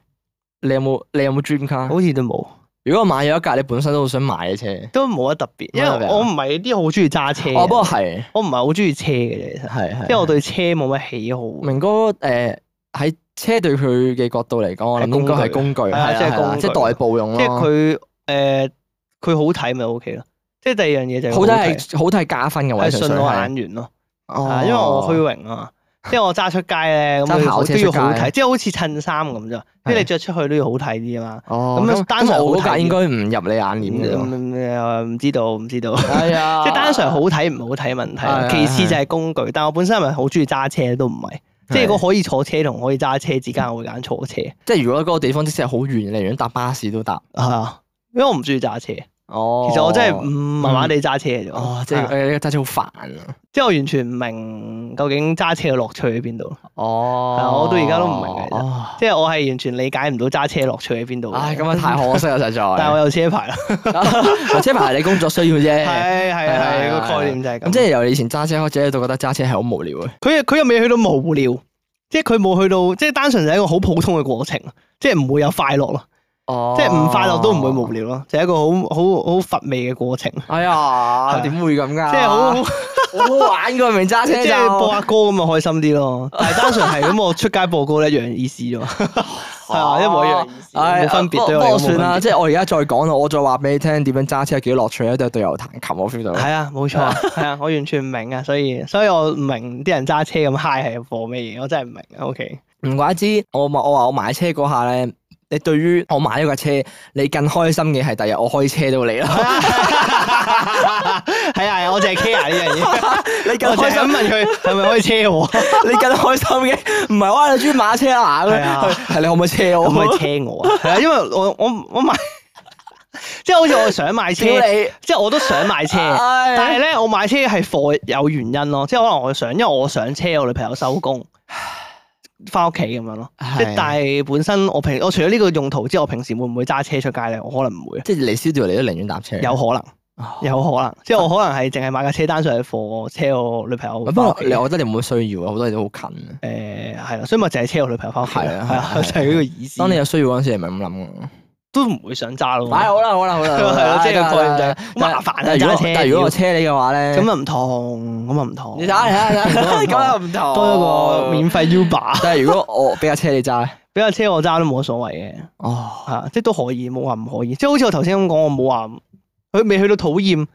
S1: 你有冇你有冇 dream car？
S2: 好似都冇，
S1: 如果我買咗一架你本身都好想買嘅車，
S2: 都冇乜特別，因
S1: 冇乜特別
S2: 為
S1: 啊
S2: 我唔係啲好中意揸車嘅人。
S1: 哦，不過係
S2: 我唔係好中意車嘅啫，其實，
S1: 係係，
S2: 因為我對車冇乜喜好。
S1: 明哥誒喺車對佢嘅角度嚟講，我諗
S2: 係工
S1: 應該係
S2: 具
S1: 工具，係
S2: 係啊
S1: 啦
S2: 即係
S1: 係啦
S2: 工
S1: 即
S2: 具
S1: 係代步用咯。
S2: 即係佢誒，佢好睇咪 O K 咯。即係第二樣嘢就係
S1: 好睇
S2: 睇
S1: 係好睇係加分嘅位，
S2: 係
S1: 純粹
S2: 順我
S1: 係
S2: 眼緣咯，
S1: 哦
S2: 係啊因為我虛榮啊嘛。即係我揸出街咧，
S1: 揸
S2: 咁要
S1: 跑
S2: 好
S1: 車
S2: 都要
S1: 出街
S2: 好睇，即係好似襯衫咁咋。即係
S1: 係
S2: 你着出去都要好睇啲啊嘛。
S1: 哦
S2: 咁
S1: 咁
S2: 單純
S1: 咁我
S2: 好
S1: 嗰架
S2: 睇
S1: 應該唔入你眼簾嘅哦咯。
S2: 嗯誒唔知道，唔 知道。
S1: 係啊
S2: 即係單純好睇唔好睇問
S1: 係啊
S2: 題，其次就係工具。但我本身係咪好中意揸車都唔係，即係如果可以坐車同可以揸車之間，我會揀坐車。
S1: 即係如果嗰個地方即使係好遠，你如果搭巴士都搭。
S2: 係啊，因為我唔中意揸車。
S1: 哦
S2: 其實我真係唔麻麻地揸車嘅啫。
S1: 哦，即
S2: 係
S1: 係
S2: 啊
S1: 誒揸車好煩啊。
S2: 即係我完全唔明究竟揸車嘅樂趣喺邊度。係啊
S1: 哦
S2: 我到而家都唔明嘅其實
S1: 哦
S2: 即係我係完全理解唔到揸車樂趣喺邊度嘅。
S1: 唉，咁啊太可惜啦，實在。
S2: 但係我有車牌啦。
S1: 我車牌係你工作需要啫。
S2: 係係係，
S1: 係
S2: 個概念就係咁。
S1: 咁即係由你以前揸車開始，到覺得揸車係好無聊嘅。
S2: 佢佢又未去到無聊，即係佢冇去到，即係單純就係一個好普通嘅過程，啊即係唔會有快樂咯，
S1: 哦
S2: 即係唔快樂都唔會無。聊咯，就係一個好好好乏味嘅過程，啊
S1: 哎呀，點會咁㗎？
S2: 即係好 好。
S1: 好好玩㗎，明揸車
S2: 即係
S1: 啊就
S2: 播。下歌咁啊，開心啲咯。但係單純係咁，我出街播歌一樣意思啫嘛，
S1: 哦
S2: 係啊，一模一樣意思，
S1: 唉
S2: 冇分別
S1: 哎不
S2: 對
S1: 不
S2: 我嚟
S1: 過
S2: 講
S1: 算啦，
S2: 冇分別。
S1: 即係我而家再講啦，我再話俾你聽點樣揸車有幾樂趣啊咧，都係對牛彈琴我 feel 到。
S2: 係啊，冇錯啊，係啊，我完全唔明啊，所以所以我唔明啲人揸車咁 high 係播咩嘢，我真係唔明啊。OK，
S1: 唔怪之我話我話我買車嗰下咧，你對於我買咗架車，你更開心嘅係第日我可以車到你啦，
S2: 啊係啊，係啊，我淨係 care 呢樣嘢，
S1: 你
S2: 我
S1: 更
S2: 淨
S1: 開
S2: 係想
S1: 心，
S2: 問佢係咪可以車我，
S1: 你更開心嘅唔係哇你中意馬車啊，
S2: 係啊
S1: 係你可唔可以車
S2: 可
S1: 我？
S2: 唔可以車我啊？係啊，因為我我我買。 即係好似我想買車
S1: 屌，你，啊
S2: 即係我都想買車。但係
S1: 係
S2: 咧，我買車係貨有原因咯，即係可能我想，因為我想車我女朋友收工，翻屋企咁樣咯。即
S1: 啊
S2: 係但係本身我平我除咗呢個用途之外，我平時會唔會揸車出街咧？我可能唔會，
S1: 即係嚟 studio 你都寧願搭車，
S2: 有可能，
S1: 哦
S2: 有可能，即係我可能係淨係買架車單上去貨車我女朋友
S1: 不
S2: 返屋
S1: 過
S2: 企。
S1: 你，我覺得你冇乜需要啊，好多嘢都好近啊。
S2: 誒係啦，所以咪淨係車我女朋友翻屋企咯。
S1: 係啊係
S2: 係
S1: 啊
S2: 啊，就係呢個意思。
S1: 當你有需要嗰陣時，你咪咁諗嘅。
S2: 都唔會想揸咯。
S1: 唉，好啦好啦好啦，
S2: 係咯
S1: 唉
S2: 即係個
S1: 得啦
S2: 概念就係
S1: 得啦
S2: 好麻煩啊
S1: 但係如果
S2: 揸車
S1: 但係如果我車你嘅話咧，
S2: 咁啊唔同，咁啊唔同。
S1: 你睇下哦睇下睇 下，咁啊又唔同，
S2: 多咗個免費 Uber，
S1: 但係如果我俾架車你揸咧，
S2: 俾架車我揸都冇乜所謂嘅，
S1: 哦，
S2: 係啊，即係都可以，冇話唔可以。即係好似我頭先咁講，我冇話佢未去到討厭，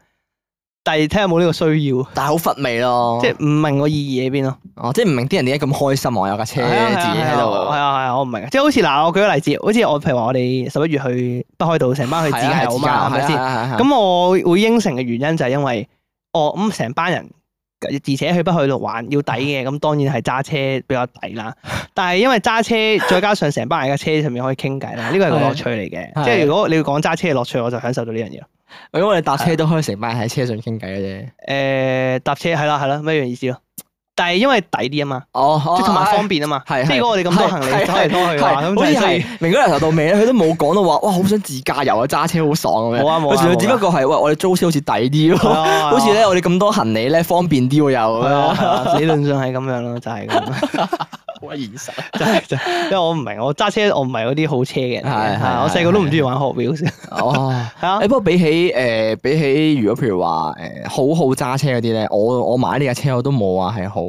S2: 但係睇下有冇呢個需要，
S1: 但係好乏味咯，
S2: 即係唔明個意義喺邊咯。
S1: 哦，即係唔明啲人點解咁開心啊！我有架車
S2: 係啊係啊
S1: 自己喺
S2: 係啊係
S1: 度，
S2: 啊係啊，我唔明。即係好似嗱，我舉個例子，好似我譬如話我哋十一月去北海道，成
S1: 啊
S2: 班去自駕遊嘛，係咪先？
S1: 咁
S2: 咁我會應承嘅原因就係因為我咁成班人，而且去北海道玩要抵嘅，咁當然係揸車比較抵 啦。但係因為揸車，再加上成班人嘅車上面可以傾偈啦，呢個係個樂趣
S1: 係
S2: 嚟嘅。即係如果你要講揸車嘅樂趣，我就享受到呢樣嘢咯。
S1: 如果我哋搭車都可以成班人喺車上傾偈嘅啫。
S2: 誒、搭車係啦係啦，咩樣意思咯？但係因為抵啲啊嘛，
S1: 哦，
S2: 即係同埋方
S1: 便。
S2: 便啊嘛。
S1: 係係
S2: 即係如果我哋咁多行李
S1: 係
S2: 拖嚟拖去嘅
S1: 係
S2: 話，咁就
S1: 好似
S2: 係需
S1: 係
S2: 要
S1: 明哥由頭到尾咧，佢都冇講到話，哇，好想自駕遊啊，揸車好爽咁樣。
S2: 冇啊冇啊
S1: 佢純粹
S2: 冇啊
S1: 只不過係，喂，我哋租車好似抵啲
S2: 係
S1: 咯，
S2: 啊係啊
S1: 好似咧我哋咁多行李咧方便啲喎又咁
S2: 係啊
S1: 樣。
S2: 係啊理論上係咁樣咯，就係咁。
S1: 好現實。
S2: 真係真係，因為我唔明，我揸車我唔係嗰啲好車嘅人嚟
S1: 係
S2: 嘅，
S1: 係
S2: 係啊我細個都唔中意玩 Hot Wheels，
S1: 哦。
S2: 係啊
S1: 誒，，不過比起誒，比起如果譬如話誒，好好揸車嗰啲咧，我我買呢架車我都冇話係好，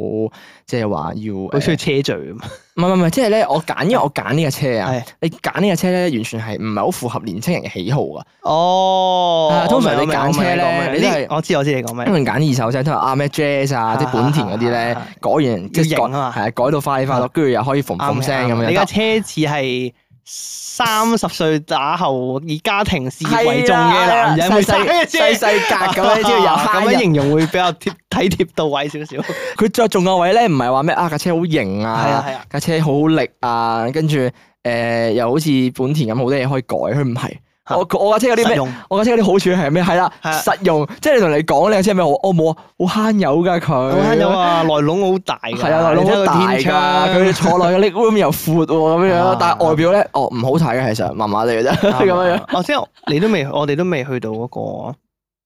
S1: 即係話要
S2: 好
S1: 誒
S2: 中意車聚啊嘛，
S1: 唔係唔係唔係，即係咧，我揀，因為我揀呢架車啊
S2: 係，
S1: 你揀呢架車咧，完全係唔係好符合年青人嘅喜好啊！
S2: 哦
S1: 啊，通常你揀車咧你都係
S2: 呢我知我知你講
S1: 因
S2: 咩，
S1: 為揀二手車都係啊咩 Jazz 啊，即係本田嗰啲咧，
S2: 啊
S1: 改完即係
S2: 要型
S1: 改
S2: 啊嘛
S1: 係啊改到花里花碌，跟住又可以縫縫聲咁樣。
S2: 你架車似係三十歲打後以家庭事業為重嘅男人會
S1: 細
S2: 揸
S1: 細
S2: 嘅車
S1: 細細格 咁樣，即係又
S2: 啊咁
S1: 慳
S2: 樣
S1: 人。
S2: 形容會比較貼 體貼到位少少，
S1: 佢着重個位咧，唔係話咩啊架車好型
S2: 係啊
S1: 啊，
S2: 係啊，
S1: 架車好好力啊，跟住誒又好似本田咁好多嘢可以改，佢唔係。
S2: 嚇
S1: 我我架車嗰啲咩
S2: 實？用
S1: 我架車嗰啲好處係咩？係啦，
S2: 係啊
S1: 實用，即係你同你講呢架車咩好？我冇啊，好慳油㗎佢，
S2: 好慳油啊，內籠好大㗎，
S1: 係啊，內
S2: 你
S1: 籠好
S2: 睇個
S1: 大
S2: 天窗
S1: 㗎，佢坐落嘅 leg room 又闊喎咁樣
S2: 啊
S1: 樣，但係外表咧，哦唔好睇嘅其實，麻麻地嘅啫
S2: 啱 啊
S1: 咁樣樣。
S2: 哦，即係你都未，我哋都未去到嗰、個，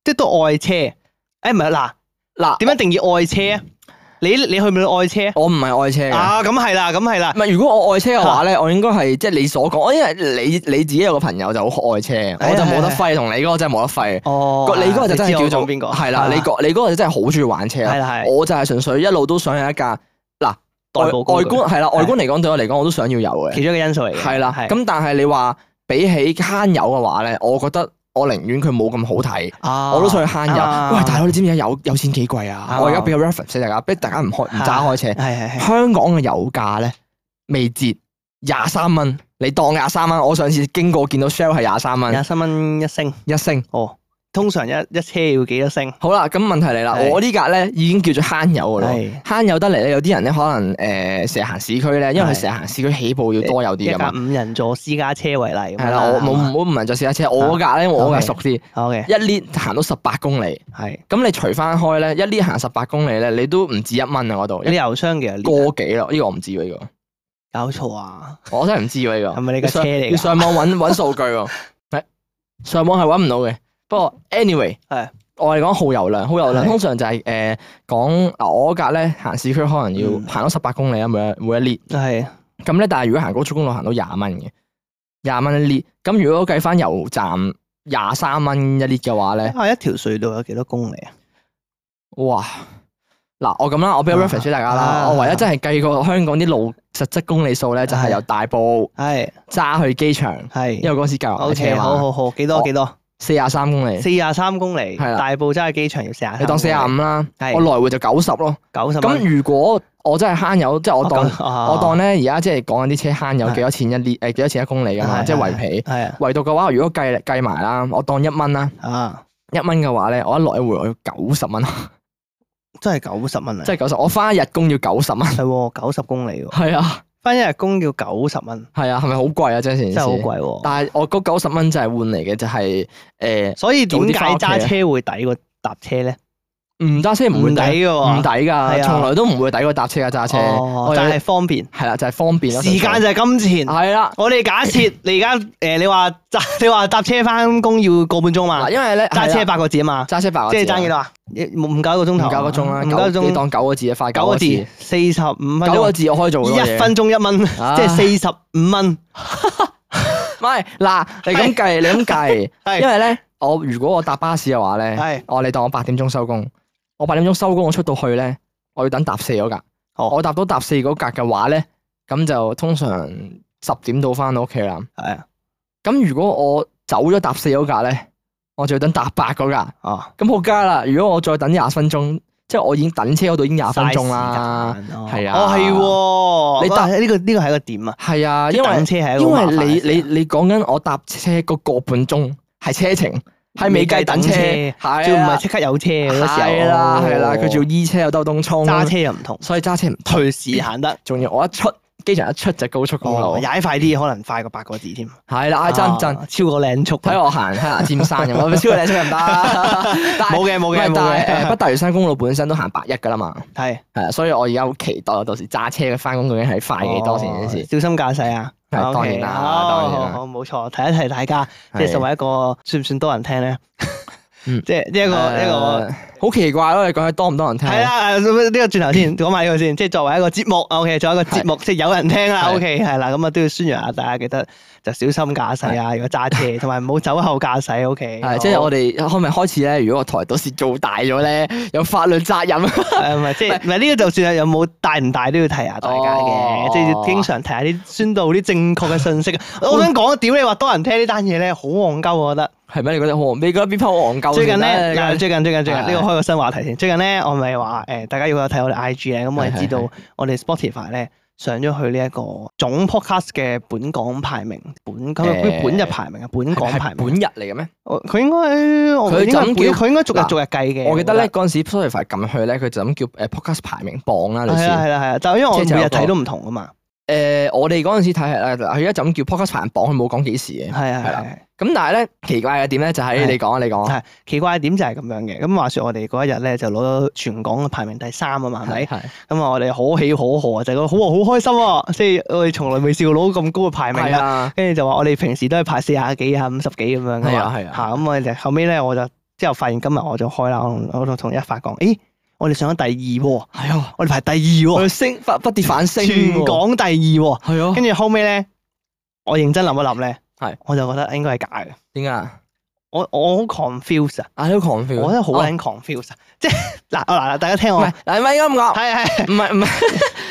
S2: 即係都愛車。誒唔係嗱，
S1: 嗱，
S2: 點樣定義愛車啊？你你去唔去到愛車
S1: 我唔係愛車嘅。
S2: 啊？咁啊係啦，咁係啦
S1: 唔。係，如果我愛車嘅話咧，我應該係即係你所講，因為你你自己有個朋友就好愛車，我就冇得揮，同你嗰個真係冇得揮。
S2: 哦
S1: 個你嗰個就真係叫做
S2: 邊個？啊
S1: 係啦，你個你嗰個就真係好中意玩車啦啊
S2: 係啦係
S1: 我就係純粹一路都想有一架嗱
S2: 代
S1: 外
S2: 步
S1: 外
S2: 工具
S1: 觀係啦，外觀嚟講對我嚟講我都想要有嘅，
S2: 其中一個因素嚟嘅。
S1: 係啦。
S2: 啊係
S1: 咁但係你話比起慳油嘅話咧，我覺得我寧願佢冇咁好睇，
S2: 啊
S1: 我都想去慳
S2: 啊
S1: 油。喂，大佬你知唔知油油錢幾貴啊？
S2: 啊
S1: 我而家俾個 reference 大家，俾大家唔開唔揸開 車。
S2: 係係係
S1: 香港嘅油價咧未折廿三蚊，你當廿三蚊。我上次經過見到 Shell 係廿三蚊
S2: 廿三蚊一升
S1: 一升。
S2: 哦。通常一一車要幾多升？
S1: 好啦，咁問題嚟啦，
S2: 係
S1: 我呢架咧已經叫做慳油嘅咯。
S2: 係
S1: 慳油得嚟咧，有啲人咧可能誒成日行市區咧，因為佢
S2: 係
S1: 成日行市區起步要多油
S2: 一
S1: 啲噶
S2: 架
S1: 嘛。
S2: 五人座私家車為例。
S1: 係啦，我冇
S2: 啊
S1: 冇唔係再試架車，我嗰架咧我嗰架熟啲，
S2: 好嘅，
S1: 一 lit 行到十八公里，
S2: 係
S1: 咁你除翻開咧，一 lit 行十八公里咧，你都唔止一蚊啊嗰度，
S2: 你
S1: 一
S2: 油箱嘅
S1: 個幾咯？呢個我唔知喎，呢
S2: 搞錯啊！
S1: 個我真係唔知喎，呢個
S2: 係咪你架車嚟㗎
S1: 要上網 揾揾數據喎，係上網係揾唔到嘅。不過 anyway
S2: 係
S1: 我哋講耗油量，耗油量
S2: 係
S1: 通常就係誒講嗱，我嗰架咧行市區可能要
S2: 嗯
S1: 行到十八公里啊，每一每一 lit。
S2: 係
S1: 咁咧，但係如果行高速公路行到廿蚊嘅，廿蚊一 lit。咁如果計翻油站廿三蚊一 lit 嘅話咧，
S2: 啊！一條隧道有幾多公里啊？
S1: 哇！嗱，我咁啦，我俾個
S2: 啊
S1: reference 俾大家啦。
S2: 啊
S1: 我唯一真係計過香港啲路實質公里數咧，就係由大埔
S2: 係
S1: 揸去機場，
S2: 係
S1: 因。為嗰陣時教我
S2: O
S1: 車
S2: K，好啊
S1: 嘛，
S2: 好好，幾多
S1: 啊我
S2: 幾多？
S1: 四廿三公里，
S2: 四廿三公里，
S1: 係啦
S2: 大埔揸去機場要四廿三，
S1: 你當四廿五啦，
S2: 係
S1: 我來回就九十咯。
S2: 九十蚊。
S1: 咁如果我真係慳油，即係我當
S2: 我啊
S1: 我當咧，而家即係講緊啲車慳油
S2: 係
S1: 幾多錢一 lit，誒幾多錢一公里㗎嘛，即係圍皮。
S2: 係啊
S1: 圍到嘅話，如果計計埋啦，我當一蚊啦。
S2: 啊，
S1: 一蚊嘅話咧，我一來一回我要九十蚊，
S2: 真係九十蚊啊！
S1: 即係九十，我翻一日工要九十蚊。
S2: 係喎，九十公里喎，
S1: 係啊，
S2: 翻一日工要九十蚊，
S1: 係啊，係咪好貴啊？真係成件
S2: 真
S1: 事
S2: 係好貴喎。
S1: 但係我嗰九十蚊就係換嚟嘅，就係呃誒
S2: 所以點解
S1: 早啲返
S2: 揸
S1: 屋企
S2: 車會抵過搭車咧？
S1: 唔揸車唔會
S2: 唔
S1: 抵
S2: 抵嘅
S1: 唔
S2: 喎，
S1: 抵㗎，
S2: 啊
S1: 從來都唔會抵過搭車啊㗎揸車。
S2: 哦
S1: 我有
S2: 但係方便，
S1: 係啦，就係方便咯。
S2: 時間就係金錢。
S1: 係啦，
S2: 我哋假設你而家誒，你話揸你話搭車翻工要個半鐘嘛
S1: 嗱，，因為咧
S2: 啊揸
S1: 係
S2: 車
S1: 啦
S2: 八個字啊嘛，
S1: 揸車白，
S2: 即係爭幾多啊？唔夠一個鐘頭
S1: 唔
S2: 啊，
S1: 夠一個鐘啦，
S2: 唔夠一個
S1: 九你
S2: 鐘，
S1: 當九個字啊，快
S2: 九個字，四十五分
S1: 九個
S2: 鐘，
S1: 字我可以做好多嘢啊
S2: 一分鐘一蚊，
S1: 唉
S2: 即係四十五蚊，
S1: 唔係嗱，你咁計，你咁計，因
S2: 係
S1: 為咧，我如果我搭巴士嘅話咧，
S2: 係
S1: 我哦你當我八點鐘收工，我八點鐘收工，我出到去咧，我要等搭四嗰格。
S2: 哦
S1: 我搭到搭四嗰格嘅話咧，咁就通常十點到翻到屋企啦。
S2: 係啊，
S1: 咁如果我走咗搭四嗰格咧，我就要等搭八嗰格。
S2: 哦，
S1: 咁好加啦，如果我再等廿分鐘，即係我已經等車嗰度已經廿分鐘啦。
S2: 嘥時間，哦
S1: 係啊
S2: 哦係喎，
S1: 你搭
S2: 哇呢個呢個係一個點啊？
S1: 係啊，因
S2: 因為
S1: 為
S2: 等車係一個
S1: 因
S2: 好麻煩
S1: 為
S2: 嘅事啊
S1: 你你你講緊我搭車嗰個半鐘係車程，係未計等車，
S2: 未計
S1: 係
S2: 仲唔
S1: 啊
S2: 係即刻有車嘅嗰時候，哦
S1: 係啦係啦，佢仲要依車又兜東涌，
S2: 揸車又唔同，
S1: 所以揸車唔推，
S2: 隨時行得，
S1: 仲要我一出機場一出就高速公
S2: 哦
S1: 路，
S2: 踩快啲可能快過八個字添，
S1: 係啦，真真
S2: 啊超過靚速，
S1: 睇我行睇下尖山咁， 我超過你出唔得，但係
S2: 冇嘅冇嘅
S1: 唔係
S2: 冇
S1: 但係誒
S2: 嘅，
S1: 北大嶼山公路本身都行八一噶啦嘛，
S2: 係
S1: 係啊，所以我而家好期待我到時揸車嘅翻工究竟係快幾多先呢件事，
S2: 哦小心駕駛啊！
S1: 係
S2: OK，
S1: 當然啦
S2: 好
S1: 當然啦
S2: 好好冇錯，提一提大家，即係
S1: 係
S2: 作為一個算唔算多人聽咧？
S1: 嗯
S2: 即係哦呢一個一個。
S1: 誒好奇怪咯，你講係多唔多人聽？
S2: 係啊啦，誒呢個轉頭先講埋呢個先，即係作為一 個節目，OK，作為一個節目，即係有人聽啦
S1: 係
S2: ，OK，係啦，咁啊都要宣揚下大家記得就小心駕駛啊，如果揸車，同埋唔好酒後駕駛，OK，
S1: 係，即係我哋可唔可以開始咧？如果個台到時做大咗咧，有法律責 任。
S2: 哋唔係即係唔係呢個就算係有冇大唔大都要提下大家
S1: 哦
S2: 嘅，即係要經常提下啲宣導啲正確嘅信 息。我想講，屌你話多人聽呢單嘢咧，好戇鳩，我 覺得。
S1: 係咩？你覺得好戇？你覺得邊 part 戇鳩先得？
S2: 最近咧，
S1: 你覺
S2: 嗱
S1: 得
S2: 最近最近最近呢
S1: 係
S2: 個開個新話題先。最近咧，我咪話誒，大家如果有睇我哋 I G 咧，咁我
S1: 係
S2: 哋
S1: 係
S2: 知道
S1: 係
S2: 我哋 Spotify 咧上咗去呢一個總 podcast 嘅本港排名，本咁
S1: 誒
S2: 本日排名啊，本港排
S1: 係本
S2: 名。
S1: 日嚟嘅咩？
S2: 我佢應該我
S1: 佢
S2: 應該
S1: 就咁
S2: 本
S1: 叫
S2: 佢應該逐日
S1: 嗱
S2: 逐日計嘅。
S1: 我記得咧嗰陣時 Spotify 撳去咧，佢就咁叫誒 podcast 排名榜啦，
S2: 我
S1: 類
S2: 覺得，係啊
S1: 似。
S2: 係啊係啊，就因為我
S1: 即係就
S2: 每日
S1: 有個
S2: 睇都唔同啊嘛。
S1: 誒，我哋嗰陣時睇係啦，佢而家就咁叫 podcast 排名榜，佢冇講幾時嘅。
S2: 係啊係
S1: 係啦
S2: 啊係啊。
S1: 咁但係咧奇怪嘅點咧，就
S2: 係
S1: 喺你講啊，你講啊。
S2: 係奇怪嘅點就係咁樣嘅。咁話說我哋嗰一日咧就攞咗全港嘅排名第三啊嘛，係
S1: 係
S2: 咪？咁啊我哋可喜可賀啊，就係覺得好啊好開心喎！即係我哋從來未試過攞咁高嘅排名
S1: 係
S2: 啊。
S1: 啊，
S2: 跟住就話我哋平時都係排四廿幾啊、五十幾咁樣噶
S1: 係
S2: 嘛，
S1: 啊係啊
S2: 嚇咁我哋就後尾咧我就之後發現今日我就開啦，我同我同同一發講，咦，我哋上咗第二喎，
S1: 係啊，
S2: 我哋排第二喎，
S1: 佢升不不跌反升喎。
S2: 全港第二喎，
S1: 係啊，
S2: 跟住後尾咧，我認真諗一諗咧，
S1: 係
S2: 我就覺得應該係假嘅，
S1: 點解啊？
S2: 我我好 confuse 啊，
S1: 啊，你好 confuse。
S2: 我覺得好
S1: 哦
S2: 撚 confuse 啊， 即係嗱嗱嗱，大家聽
S1: 唔
S2: 我
S1: 係，，嗱，唔係咁講。
S2: 係係。
S1: 唔係唔 係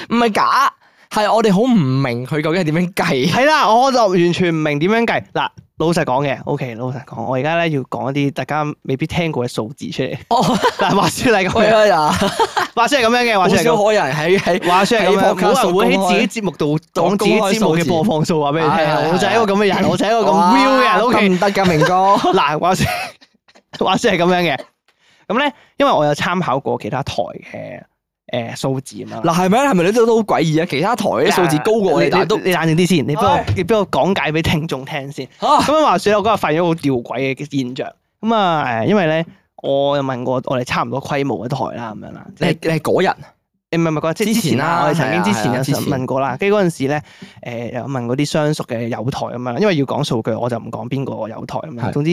S1: 唔係假，係我哋好唔明佢究竟係點樣計。
S2: 係啦，我就完全唔明點樣計。嗱，老實講嘅，OK，老實講，我而家咧要講一啲大家未必聽過嘅數字出嚟。
S1: 哦，
S2: 嗱，話説係咁樣
S1: 喂啊呀，好
S2: 話雖係咁樣嘅，話雖係
S1: 少
S2: 咁，
S1: 可有人喺喺
S2: 話雖係咁樣，
S1: 喺 podcast
S2: 冇人會喺自己節目度講自己節目嘅播放數話俾你聽。
S1: 公開
S2: 啊
S1: 數字
S2: 我就係一個咁嘅人，我就 係一個咁
S1: 哇
S2: real 嘅人。O
S1: 得
S2: K，
S1: 唔得噶，明哥。
S2: 嗱，話雖 話雖係咁樣嘅，咁咧，因為我有參考過其他台嘅誒數字啊咁樣啦。
S1: 嗱，係咪係咪你都都好詭異啊？其他台啲數字高過我哋，
S2: 你
S1: 但係都啊
S2: 你你冷靜啲先，你俾我
S1: 唉
S2: 你俾我講解俾聽眾聽先。
S1: 嚇
S2: 咁樣話説，我嗰日發現咗好吊詭嘅現象。咁啊誒，因為咧，我又問過我哋差唔多規模嘅台啦，咁樣啦。
S1: 你係你係嗰日
S2: 誒唔係唔係嗰即係之
S1: 之
S2: 前
S1: 前
S2: 啦，
S1: 啦
S2: 我哋曾經
S1: 係啊
S2: 之前
S1: 係
S2: 有
S1: 啊之前
S2: 問過啦，跟住嗰陣時咧，誒有問嗰啲相熟嘅友台咁樣啦，因為要講數據，我就唔講邊個友台咁樣。
S1: 係
S2: 總之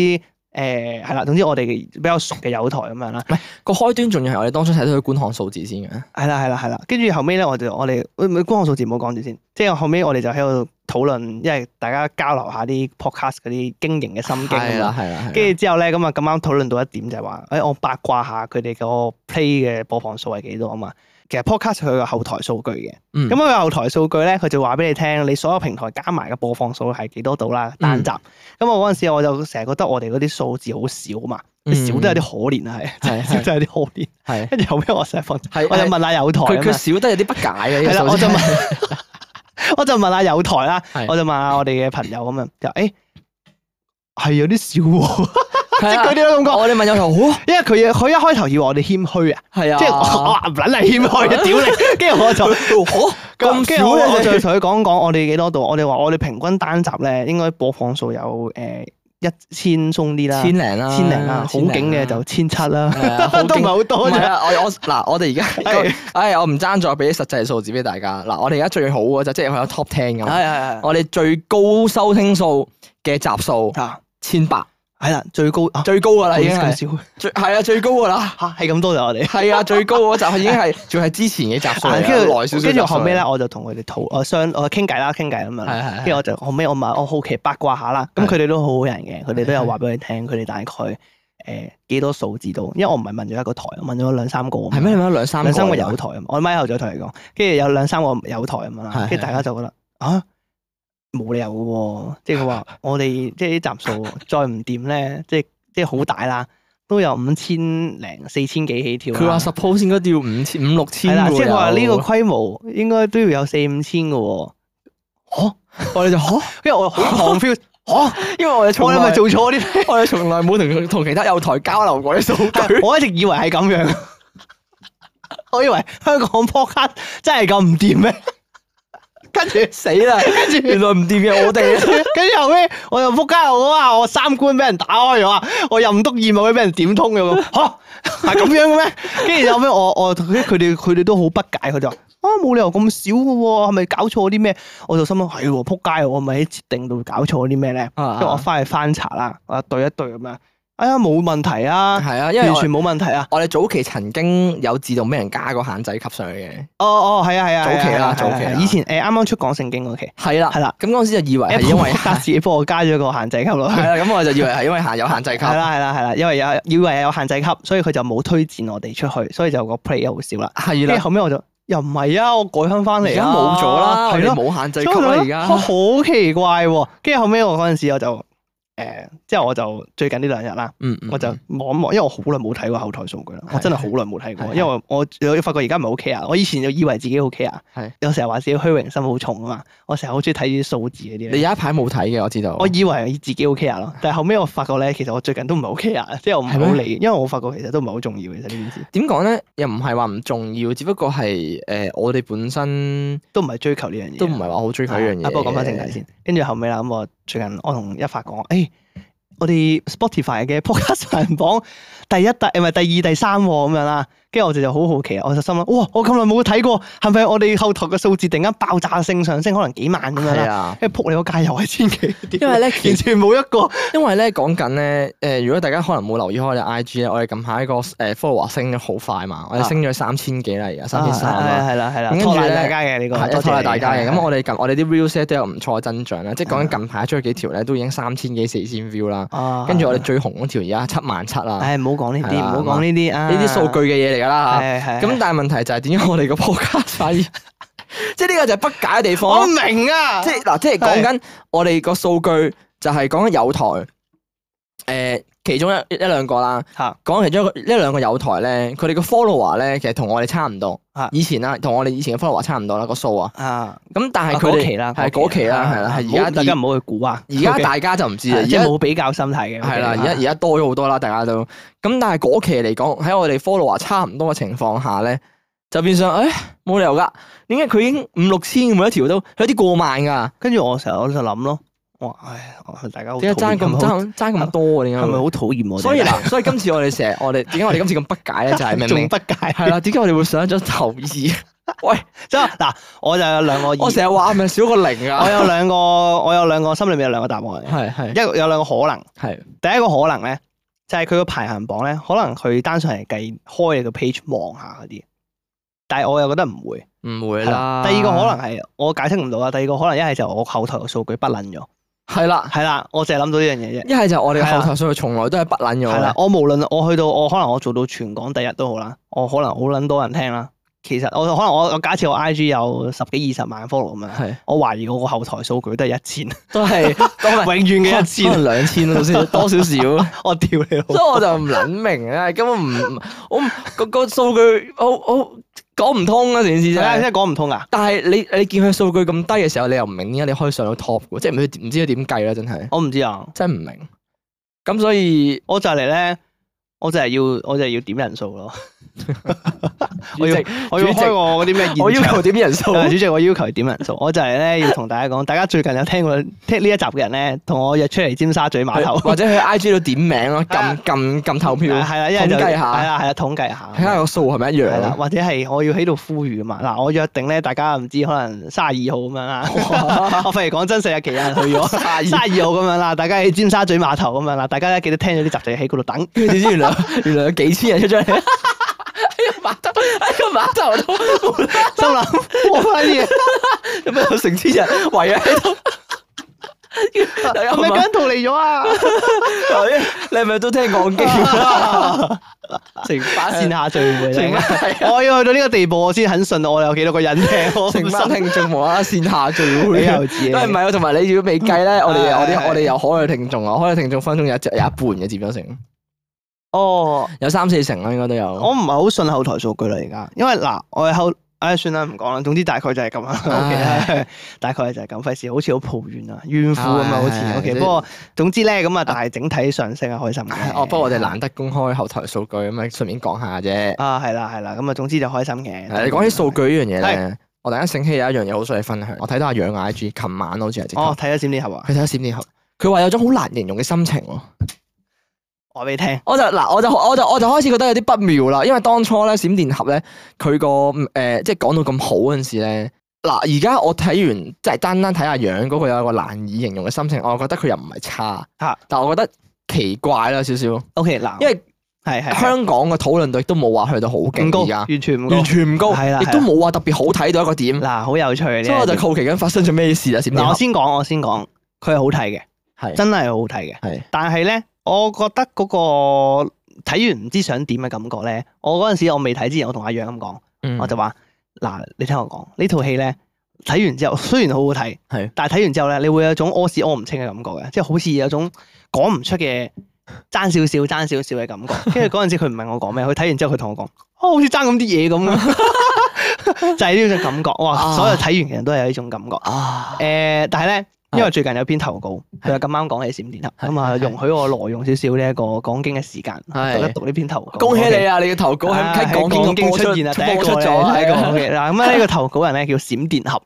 S2: 誒係啦，總之我哋比較熟嘅友台咁樣啦，
S1: 個開端，仲要係我哋當初睇到佢觀看數字先嘅。
S2: 係啦係啦係啦，跟住後尾咧，我就我哋喂唔係官方數字唔好講住先，即係後尾我哋就喺度討論，因為大家交流下啲 podcast 嗰啲經營嘅心經
S1: 係
S2: 咁
S1: 啦
S2: 啦。
S1: 係啦，
S2: 跟
S1: 跟
S2: 住之後咧，咁啊咁啱討論到一點就係話，誒、哎我八卦下佢哋個 play 嘅播放數係幾多啊嘛。其實 podcast 佢有後台數據嘅。咁
S1: 咁
S2: 佢後台數據咧，佢就話俾你聽，你所有平台加埋嘅播放數係幾多度啦，
S1: 嗯
S2: 單集。咁、啊我嗰陣時我就成日覺得我哋嗰啲數字好少嘛，
S1: 嗯
S2: 少得有啲可 憐啊，
S1: 係
S2: 係少得有啲可憐。
S1: 係
S2: 跟住後尾我成日放，
S1: 係
S2: 我就問下友台
S1: 哎佢
S2: 啊
S1: 佢
S2: 嘛，
S1: 少得有啲不解嘅呢
S2: 係啦，
S1: 個數
S2: 我
S1: 字
S2: 就。問，我就問下友台啦，
S1: 係
S2: 我就問下我哋嘅朋友咁樣，就誒係有啲少喎，即係
S1: 係
S2: 佢
S1: 啊
S2: 哋都咁講，
S1: 我哋問有頭，哇
S2: 因為佢佢一開頭以為我哋謙虛啊，
S1: 係啊，
S2: 即係我我話唔撚係謙虛啊，屌你，跟住我就。
S1: 佢嚇
S2: 咁
S1: 咁啊
S2: 跟
S1: 少
S2: 住我
S1: 嘅
S2: 我
S1: 你
S2: 再同佢講講，我哋幾多度？我哋話我哋平均單集咧，應該播放數有誒一千鬆啲啦，
S1: 千零啦，
S2: 千零啦，啊好勁嘅就千七啦，
S1: 係啊好勁
S2: 都唔係好多
S1: 唔係
S2: 啫。
S1: 啊！我我嗱，我哋而
S2: 係
S1: 家，哎唉，我唔爭再俾啲實際數字俾大家。嗱，我哋而家最好嗰就即係我有啊 top ten 咁，
S2: 係係係
S1: 我哋最高收聽數嘅集數
S2: 啊，
S1: 千八，
S2: 係啦，最高啊，
S1: 最高噶啦，已經
S2: 咁
S1: 係
S2: 少
S1: 最係啊，最高噶 啦，
S2: 嚇，係咁多就我哋。
S1: 係啊，最高嗰集已經係仲係之前嘅集數嚟
S2: 跟
S1: 㗎，
S2: 住
S1: 耐少少。
S2: 跟住後尾咧，，我就同佢哋討我相我傾偈啦，傾偈咁樣
S1: 係啊
S2: 啦。
S1: 係
S2: 跟住我就後尾我咪我好奇八卦下啦。咁
S1: 係
S2: 佢哋都好好人嘅，佢哋都
S1: 係
S2: 有
S1: 係
S2: 話俾佢聽，佢哋大概誒 幾多數字度。因為我唔係問咗一個台，我問咗兩三個咁樣。
S1: 係咩？你問咗兩三
S2: 兩三個
S1: 個
S2: 有台咁，我咪後再同你講，跟住有兩三個有台咁樣啦
S1: 係，
S2: 跟
S1: 係
S2: 住大家就覺得啊冇理由嘅喎，即係 佢話我哋即係啲集數再唔掂咧，即係即係好大啦，都有五千零四千幾起跳啦。
S1: 佢話 suppose 應該都要五千五六千
S2: 係啦，
S1: 㗎
S2: 即係佢話呢個
S1: 有
S2: 規模應該都要有四五千嘅喎，
S1: 我哋就嚇，
S2: 跟住我好 confused，嚇
S1: 因為我哋 從
S2: 我哋咪
S1: 來
S2: 做錯啲咩？
S1: 我哋從來冇同同其他有台交流過啲數據
S2: 係。我一直以為係咁樣， 我以為香港 podcast 真係咁唔掂咩？跟住。
S1: 死啦！跟住原來唔掂嘅，我哋
S2: 跟住後尾我又仆街，我話我三觀俾人打開咗啊！我任督二脈俾人點通 咗，嚇係咁樣嘅咩？跟住後尾我我佢哋佢哋都好不解，佢就話啊冇理由咁少嘅喎，係咪搞錯啲咩？我就心諗係喎，仆街！我咪喺設定度搞錯啲咩咧？
S1: 啊啊
S2: 跟住我翻去翻查啦，我對一對咁樣，哎呀冇問題 啊，
S1: 係啊，因為
S2: 完
S1: 我
S2: 全冇問題啊！
S1: 我哋早期曾經有自動俾人加個限制級上去嘅，
S2: 哦哦係啊係啊，
S1: 早期啦
S2: 係啊係啊
S1: 早期啦
S2: 係啊以前誒啱啱出講聖經嗰期
S1: 係啦
S2: 係啦
S1: 咁嗰陣時就以為係因為
S2: Apple
S1: 係
S2: 自己幫我加咗個限制級落去。
S1: 啦，咁我就以為係因為限有限制級，
S2: 係啦係啦係啦，因為有以為有限制級，所以佢就冇推薦我哋出去，所以就個 play 好少啦。
S1: 係
S2: 跟住
S1: 啦，
S2: 後尾我就又唔係啊，我改翻翻嚟
S1: 而家
S2: 啊
S1: 冇咗啦，
S2: 係
S1: 係咯，
S2: 咯，
S1: 冇限制級
S2: 所以我
S1: 啦，而
S2: 就覺得
S1: 家
S2: 啊好奇怪喎。跟住後尾我嗰陣時我就誒，之後我就最近呢兩日啦，
S1: 嗯，嗯
S2: 我就望一望，因為我好耐冇睇過後台數據啦，
S1: 係
S2: 我真係好耐冇
S1: 係
S2: 睇過，因為我我發覺而家唔係好 care，我以前就以為自己好 care，
S1: 係
S2: 有成日話自己虛榮心好重啊嘛，我成日好中意睇啲數字嗰啲
S1: 你
S2: 咧。
S1: 有一排冇睇嘅，我知道
S2: 我，以為自己好 care 咯，但係後尾我發覺咧，其實我最近都唔係好 care，即係我唔係
S1: 係
S2: 好理，因為我發覺其實都唔係好重要，其實呢件事
S1: 點講咧，又唔係話唔重要，只不過係誒我哋本身
S2: 都唔係追求呢樣嘢，
S1: 都唔係話好追求一樣嘢。
S2: 啊不過講翻正題，先，跟住後尾啦，咁我最近我同一發講，誒、哎我哋 Spotify 嘅 Podcast 排行榜第一、第唔係第二、第三喎咁樣啦，跟住我哋就好好奇，我就心諗，哇！我咁耐冇睇過，係咪我哋後台嘅數字突然間爆炸性上升，可能幾萬咁樣
S1: 係
S2: 啦？
S1: 啊，
S2: 跟住撲你個街又係千幾，
S1: 因為咧其
S2: 完全冇一個
S1: 因為咧講緊咧，誒、如果大家可能冇留意開我哋 I G 咧，我哋近排個誒 follower 升咗好快嘛，我哋升咗三千幾啦，而家三千三啊啦，
S2: 啊係啦係
S1: 咁
S2: 啦，
S1: 跟住
S2: 拖累
S1: 咧
S2: 大家嘅呢個，
S1: 係
S2: 多謝
S1: 多謝大家
S2: 你
S1: 嘅。
S2: 係
S1: 咁我哋近我哋啲 reels 咧都有唔錯嘅增長啦，即係講緊近排出咗幾條咧，都已經三千幾四千 view 啦。
S2: 啊
S1: 跟住我哋最紅嗰條而家七萬七啦，
S2: 唉，唔好講呢啲，
S1: 係啦
S2: 唔好講呢啲啊！
S1: 呢啲數據嘅嘢嚟㗎啦嚇。
S2: 係啊係
S1: 咁
S2: 咁，
S1: 但係問題就係點解我哋個 podcast 反而即係呢個就係不解嘅地方咯
S2: 我明啊，
S1: 即係嗱，即係講緊我哋個數據就係講緊有台，诶、其中一一兩個啦，
S2: 嚇
S1: 講其中一個一兩個有台咧，佢哋個 follower 咧，其實同我哋差唔多
S2: 嚇，
S1: 以前啦，同我哋以前嘅 follower 差唔多啦個數啊，
S2: 啊，
S1: 咁但係
S2: 啊
S1: 佢
S2: 嗰
S1: 哋
S2: 期啦，啊
S1: 係嗰期啦，係啦，係
S2: 唔好
S1: 而
S2: 大家
S1: 家
S2: 唔好去估啊！
S1: 而家
S2: OK，
S1: 大家就唔知啦，
S2: 係
S1: 而
S2: 即係
S1: 家
S2: 冇比較心態嘅，啊
S1: 係啦，而
S2: OK，
S1: 家而家多咗好多啦，大家都咁，但係嗰期嚟講，喺我哋 follower 差唔多嘅情況下咧，就變相诶冇理由㗎，點解佢已經五六千每一條都有啲過萬㗎？
S2: 跟住我成日我就諗咯，哇，唉，我大家好
S1: 點解爭
S2: 討厭
S1: 咁爭爭咁多嘅？點
S2: 係
S1: 解會
S2: 咪好係咪好討厭我哋？啊
S1: 所以嗱，所以今次我哋成日我哋點解我哋今次咁不解咧？ 就係明
S2: 仲
S1: 明
S2: 不解
S1: 係啦，點解我哋會上咗頭二？喂，
S2: 即係嗱，我就有兩個意，
S1: 我成日話係咪少個零
S2: 我
S1: 啊？
S2: 有兩個，我有兩個心裏面有兩個答案嘅，
S1: 係係
S2: 一個有兩個可能。
S1: 係
S2: 第一個可能咧，就係佢個排行榜咧，可能佢單純係計開你個 page 望下嗰啲，但係我又覺得唔會。
S1: 唔會
S2: 係啦
S1: 啦。
S2: 第二個可能係我解釋唔到啦，啊第二個可能一係就我後台嘅數據不撚咗，
S1: 係啦，
S2: 係啦，我淨係諗到呢樣嘢啫。
S1: 一係就我哋嘅後台數據從來都係不撚
S2: 啊係啦
S1: 咗，
S2: 我無論我去到我可能我做到全港第一都好啦，我可能好撚多人聽啦。其實我可能我我假設我 IG 有十幾二十萬 follow 咁
S1: 嘅，
S2: 樣，
S1: 係
S2: 我懷疑我個後台數據都係一千，
S1: 都係都係
S2: 永遠嘅一
S1: 可
S2: 千。
S1: 能兩千咯，先多少少。
S2: 我屌你
S1: 所以
S2: 老！
S1: 我就唔撚明啊，根本唔我唔個個數據我我講唔通啊！成件事
S2: 係
S1: 真
S2: 啊，
S1: 係
S2: 真係講唔通㗎。
S1: 但係你你見佢數據咁低嘅時候，你又唔明啊點解你可以上到 top 嘅，即係唔知唔知佢點計啦，真係。
S2: 我唔知啊。
S1: 真係唔明。咁所以
S2: 我就嚟咧，我就係要我就係要點人數咯，我要
S1: 主席
S2: 我要
S1: 主席
S2: 開我嗰啲咩現
S1: 我要
S2: 場 啊
S1: 求點人數，
S2: 主席，我要求點人數，我就係咧要同大家講，大家最近有聽過聽呢一集嘅人咧，同我約出嚟尖沙咀碼頭，
S1: 或者去 I G 度點名咯，
S2: 係啊
S1: 撳撳撳投票，
S2: 係啦，一係就
S1: 統計下
S2: 係啦係啦，統計下，
S1: 睇下個數係啊咪一
S2: 係啦，
S1: 樣。
S2: 或者係我要喺度呼籲啊嘛，嗱，我約定咧，大家唔知可能三十二號咁樣 啦， 我費事講真，四日期有人去咗
S1: 32
S2: 三十二號咁樣啦，大家喺尖沙咀碼頭咁樣啦，大家咧記得聽咗呢集就要喺嗰度等，
S1: 跟住點知原來 原來有幾千人出咗嚟，喺個碼頭喺個碼頭度
S2: 心諗我乜 嘢？
S1: 有咩有成千人圍咗喺 度。大家
S2: 係咪
S1: 問
S2: 跟逃離咗啊？
S1: 你係咪都聽講經 啊？成班
S2: 啊線下聚會
S1: 成
S2: 嚟
S1: 班
S2: 嘅。
S1: 係啊
S2: 我要去到呢個地步，我先肯信我有幾多 個人聽。我唔
S1: 成班
S2: 信
S1: 聽眾無啦啦線下聚會，
S2: 你又知
S1: 都係唔係啊？同埋你如果未計 咧，我哋
S2: 係
S1: 我
S2: 係
S1: 哋我哋有海外聽眾啊，海外聽眾分鐘有一隻有一半嘅佔咗成，
S2: 哦，
S1: 有三四成啦，應該都
S2: 我
S1: 有。
S2: 唔係好信後台數據啦，而家，因為嗱，我係後，唉，算啦，唔講啦。總之大概就係咁啦。O
S1: 唉
S2: K，大概就係咁，費事好似好抱怨啊，怨婦咁啊，好似
S1: 唉
S2: O
S1: 即
S2: K。
S1: 係
S2: 不過總之咧，咁啊，但係整體上升啊係開心嘅。
S1: 哦，不過我哋難得公開後台數據咁啊，順便講下啫。
S2: 啊，係啦係啦，咁啊，總之就開心嘅。
S1: 係你講起數據呢樣嘢
S2: 係
S1: 咧，我突然間醒起有一樣嘢好想你分享。我睇到阿楊嘅 I G，琴晚好似係直
S2: 哦
S1: 頭，，
S2: 睇咗閃電俠啊，
S1: 佢睇咗閃電俠，佢話有種好難形容嘅心情喎。
S2: 話俾你聽。
S1: 我就嗱，我就我就我就開始覺得有啲不妙啦，因為當初咧閃電俠咧，佢個誒即係講到咁好嗰陣時咧，嗱而家我睇完即係單單睇阿楊嗰個有一個難以形容嘅心情，我覺得佢又唔係差，
S2: 嚇
S1: 但我覺得奇怪啦少少，
S2: O K，嗱，
S1: 因為
S2: 係係係
S1: 香港嘅討論度亦都冇話去到好
S2: 唔高，
S1: 勁而家，
S2: 完全唔高
S1: 完。全唔高，
S2: 係啦
S1: 亦
S2: 係啦
S1: 都冇話特別好睇到一個點，
S2: 嗱，好有趣嘅呢一
S1: 所以我就
S2: 點
S1: 好奇緊發生咗咩事啊閃電
S2: 嗱，我
S1: 俠
S2: 先講，我先講，佢係好睇嘅。
S1: 係
S2: 真係好好睇嘅。
S1: 係
S2: 但係咧，我覺得嗰個睇完唔知想點嘅感覺咧，我嗰陣時我未睇之前，我同阿楊咁講，
S1: 嗯
S2: 我就話：嗱，你聽我講，呢套戲咧睇完之後，雖然好好睇，
S1: 係
S2: 但係睇完之後咧，你會有種屙屎屙唔清嘅感覺嘅，即係好似有種講唔出嘅爭少少、爭少少嘅 感覺。跟住嗰陣時佢唔問我講咩，佢睇完之後佢同我講：哦，好似爭咁啲嘢咁啊， 就係呢種感覺。哇！所有睇完嘅人都係有呢種感覺。
S1: 啊
S2: 誒、但係咧，因為最近有篇投稿，佢
S1: 係
S2: 又咁啱講起閃電俠，
S1: 係
S2: 咁啊
S1: 係
S2: 容許我挪用少少呢一個講經嘅時間，
S1: 係
S2: 讀一讀呢篇投稿。
S1: 恭喜你
S2: 啊！
S1: 啊！你嘅投稿喺
S2: 啊
S1: 喺
S2: 喺
S1: 講
S2: 講
S1: 經
S2: 經
S1: 度播
S2: 出現啊，第一
S1: 播
S2: 個
S1: 出
S2: 咧
S1: 咗，
S2: 第一個
S1: 係啊
S2: OK，嗱咁咧呢個投稿人咧叫閃電 俠，